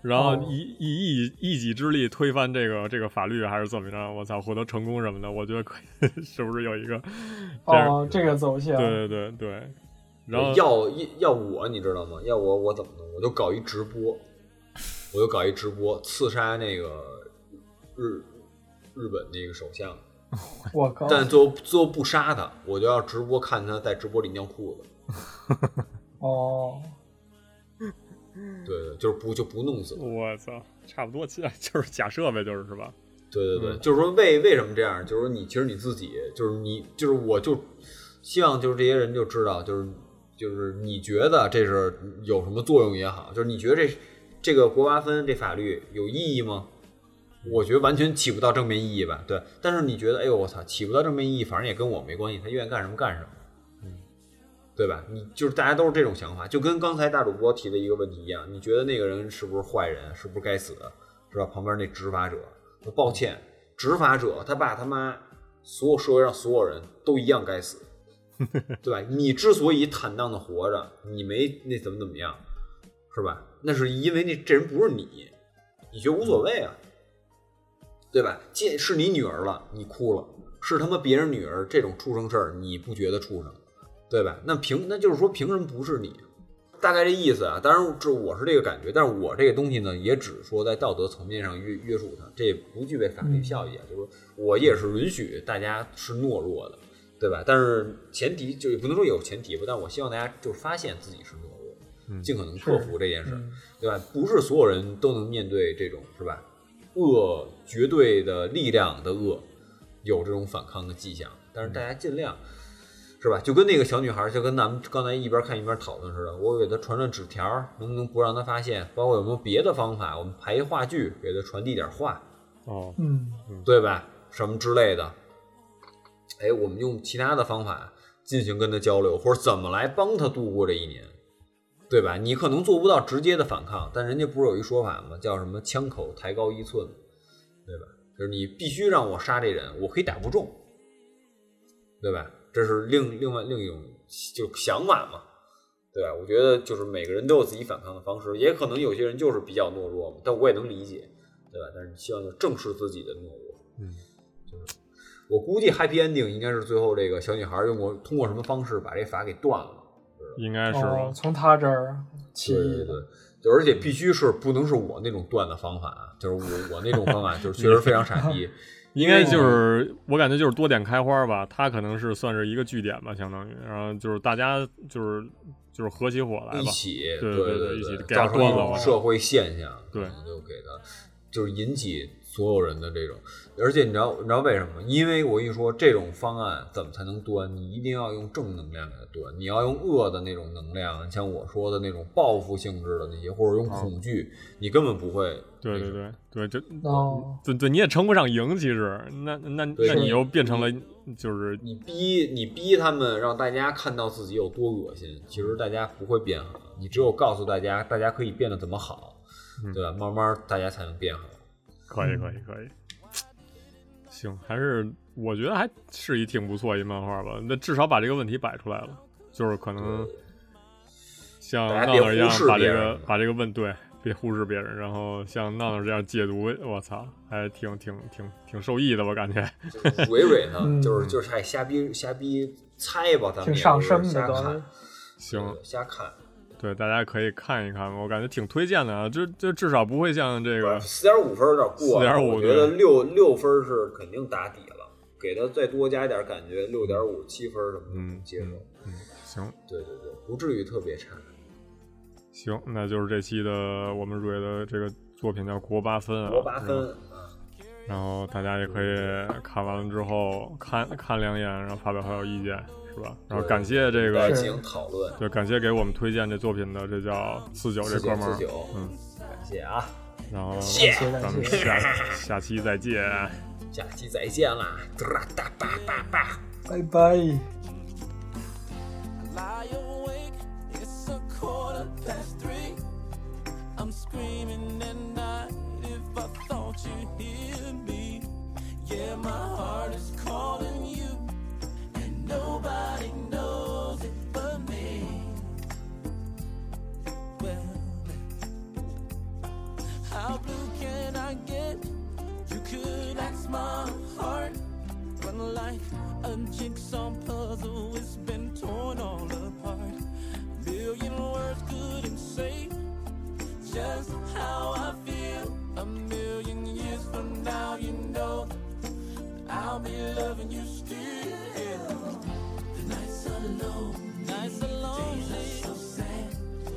[SPEAKER 3] 然后
[SPEAKER 5] 哦
[SPEAKER 3] 以以一一己之力推翻这个这个法律，还是怎么着？我操，获得成功什么的，我觉得可以， 是不是有一个？这样
[SPEAKER 5] 哦，这个走向，
[SPEAKER 3] 对对对对。然后
[SPEAKER 4] 要要我你知道吗？要我我怎么弄？我就搞一直播，我就搞一直播刺杀那个日日本那个首相。
[SPEAKER 5] 我靠，
[SPEAKER 4] 但最后最后不杀他，我就要直播看他在直播里尿裤子。
[SPEAKER 5] 哦，
[SPEAKER 4] 对对，就是不就不弄死他。
[SPEAKER 3] 我操，差不多， 就是假设呗，就是是吧？
[SPEAKER 4] 对对对，
[SPEAKER 3] 嗯
[SPEAKER 4] 就是说为为什么这样？就是说你其实你自己就是你就是我就希望就是这些人就知道，就是就是你觉得这是有什么作用也好，就是你觉得这这个国八分这法律有意义吗？我觉得完全起不到正面意义吧，对。但是你觉得，哎呦我操，起不到正面意义，反正也跟我没关系，他愿意干什么干什么，嗯，对吧？你就是大家都是这种想法，就跟刚才大主播提的一个问题一样，你觉得那个人是不是坏人，是不是该死，是吧？旁边那执法者，抱歉，执法者他爸他妈，所有社会上所有人都一样该死，对吧？你之所以坦荡的活着，你没那怎么怎么样，是吧？那是因为那这人不是你，你觉得无所谓啊，对吧？这是你女儿了，你哭了；是他妈别人女儿这种畜生事儿，你不觉得畜生，对吧？那凭那就是说凭什么不是你？大概这意思啊。当然这我是这个感觉，但是我这个东西呢，也只说在道德层面上约约束他，这也不具备法律效益啊。就是说我也是允许大家是懦弱的，对吧？但是前提就也不能说有前提吧，但我希望大家就是发现自己是懦弱的，尽可能克服这件事儿。
[SPEAKER 5] 嗯
[SPEAKER 4] 对吧？不是所有人都能面对这种是吧？恶绝对的力量的恶，有这种反抗的迹象，但是大家尽量。是吧？就跟那个小女孩，就跟咱们刚才一边看一边讨论似的。我给她传传纸条，能不能不让她发现？包括有没有别的方法？我们排一话剧，给她传递点话，
[SPEAKER 3] 哦，
[SPEAKER 5] 嗯，
[SPEAKER 4] 对吧？什么之类的。哎，我们用其他的方法进行跟他交流，或者怎么来帮他度过这一年，对吧？你可能做不到直接的反抗，但人家不是有一说法吗？叫什么“枪口抬高一寸”，对吧？就是你必须让我杀这人，我可以打不中，对吧？这是另另外另一种就想法嘛，对吧？我觉得就是每个人都有自己反抗的方式，也可能有些人就是比较懦弱嘛，但我也能理解，对吧？但是你希望就正视自己的懦弱。
[SPEAKER 3] 嗯，
[SPEAKER 4] 我估计 Happy Ending 应该是最后这个小女孩用过通过什么方式把这法给断了。
[SPEAKER 3] 应该是吧
[SPEAKER 5] 哦，？从他这儿起
[SPEAKER 4] 对对
[SPEAKER 5] 义
[SPEAKER 4] 对
[SPEAKER 5] 的，，
[SPEAKER 4] 就而且必须是不能是我那种断的方法，啊，就是我我那种方法就是确实非常傻逼。
[SPEAKER 3] 应该就是我感觉就是多点开花吧，它可能是算是一个据点吧，相当于，然后就是大家就是就是合起伙来
[SPEAKER 4] 一
[SPEAKER 3] 吧，
[SPEAKER 4] 起，
[SPEAKER 3] 对
[SPEAKER 4] 对
[SPEAKER 3] 对对一起
[SPEAKER 4] 对
[SPEAKER 3] 给它
[SPEAKER 4] 造成一
[SPEAKER 3] 端了啊
[SPEAKER 4] 种社会现象，
[SPEAKER 3] 对
[SPEAKER 4] 可能就给他就是引起所有人的这种，而且你知道你知道为什么吗？因为我跟你说，这种方案怎么才能端？你一定要用正能量给它端，你要用恶的那种能量，像我说的那种报复性质的那些，或者用恐惧，你根本不会。
[SPEAKER 3] 啊对对对对，这
[SPEAKER 5] 哦，
[SPEAKER 3] 对对，你也称不上赢，其实那那
[SPEAKER 4] 对
[SPEAKER 3] 那你又变成了就是
[SPEAKER 4] 你逼你逼他们让大家看到自己有多恶心，其实大家不会变好。你只有告诉大家，大家可以变得怎么好，
[SPEAKER 3] 嗯
[SPEAKER 4] 对吧？慢慢大家才能变好。
[SPEAKER 3] 可
[SPEAKER 4] 嗯
[SPEAKER 3] 以可以可以，行，还是我觉得还是一挺不错一漫画吧，那至少把这个问题摆出来了，就是可能像
[SPEAKER 4] 大家
[SPEAKER 3] 闹
[SPEAKER 4] 别
[SPEAKER 3] 闹一样
[SPEAKER 4] 忽视
[SPEAKER 3] 把
[SPEAKER 4] 别
[SPEAKER 3] 这个
[SPEAKER 4] 人
[SPEAKER 3] 把这个问对，别忽视别人，然后像闹闹这样解读，我操，还挺挺挺挺受益的，我感觉，
[SPEAKER 4] 就是 蕊蕊呢，
[SPEAKER 5] 嗯
[SPEAKER 4] 就是就是还瞎逼瞎逼猜吧，咱们
[SPEAKER 5] 挺
[SPEAKER 4] 也
[SPEAKER 5] 上
[SPEAKER 4] 就是
[SPEAKER 5] 升的
[SPEAKER 4] 瞎
[SPEAKER 5] 都
[SPEAKER 4] 看，
[SPEAKER 3] 行，
[SPEAKER 4] 对瞎看。
[SPEAKER 3] 对，大家可以看一看，我感觉挺推荐的啊，这这至少不会像这个，
[SPEAKER 4] 四点五分有点过了，
[SPEAKER 3] 4.5
[SPEAKER 4] 我觉得六六分是肯定打底了，给他再多加一点感觉，六点五七分什么的能接受。
[SPEAKER 3] 嗯行。
[SPEAKER 4] 对对对，不至于特别差。
[SPEAKER 3] 行，那就是这期的我们蕊的这个作品叫《国八分》啊，
[SPEAKER 4] 罗八
[SPEAKER 3] 然
[SPEAKER 4] 分
[SPEAKER 3] 后，然后大家也可以看完了之后看看两眼，然后发表发表意见，是吧？然后感谢这
[SPEAKER 4] 来
[SPEAKER 3] 个，
[SPEAKER 4] 进行讨论。
[SPEAKER 3] 对，感谢给我们推荐这作品的这叫四九这
[SPEAKER 4] 四
[SPEAKER 3] 哥
[SPEAKER 4] 九
[SPEAKER 3] 们儿
[SPEAKER 4] 四，九，
[SPEAKER 3] 嗯，
[SPEAKER 4] 感谢啊，
[SPEAKER 3] 然后
[SPEAKER 5] 感谢
[SPEAKER 3] 咱
[SPEAKER 5] 感
[SPEAKER 3] 们
[SPEAKER 5] 谢，
[SPEAKER 3] 下下期再见。
[SPEAKER 4] 下期再见啦！嘟啦哒叭叭叭。
[SPEAKER 5] 拜拜。
[SPEAKER 1] lie awake. It's a quarter past three. I'm screaming at night if I thought you'd hear me. Yeah, my heart is calling you, and nobody knows it but me. Well, how blue can I get? You could ask my heart. But like a jigsaw puzzle, it's been torn all apart. Million words couldn't say just how I feel. A million years from now, you know I'll be loving you still. The nights are lonely, nights are lonely. Days are so sad,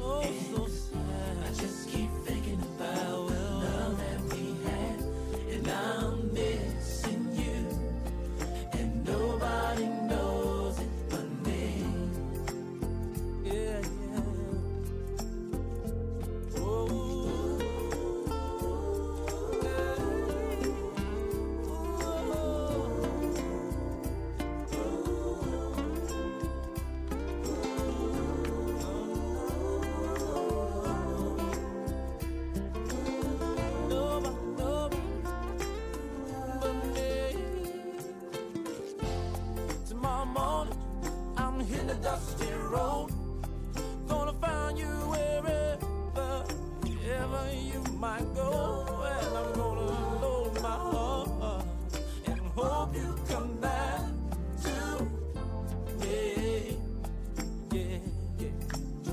[SPEAKER 1] oh so sad. I just keep thinking about the love that we had, and I'm missing you and nobody knows. in the dusty road. Gonna find you wherever, wherever you might go. And I'm gonna load my heart and hope you come back to yeah, yeah, yeah.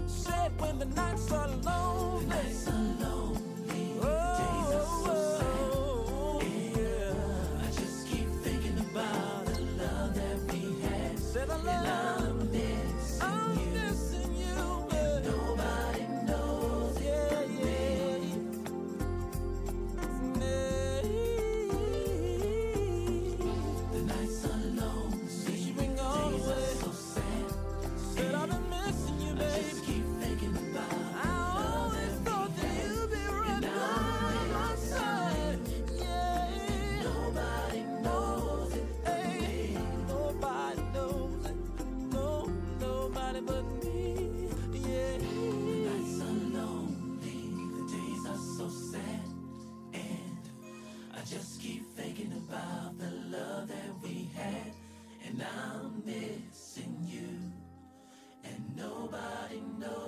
[SPEAKER 1] Said when the nights are lonely. Oh, oh, yeah. Said I love. I'm missing you, but nobody knows. Yeah, yeah. The nights are long since you've been gone away. So sad. Said I've been missing you, baby. keep thinking about. I always thought that you'd be right by my side. Yeah. Nobody knows it. Hey, nobody knows it. No, nobody but me. Yeah. The nights are lonely. The days are so sad. And I just keep thinking about the love that we had. And I'm missing you. And nobody knows.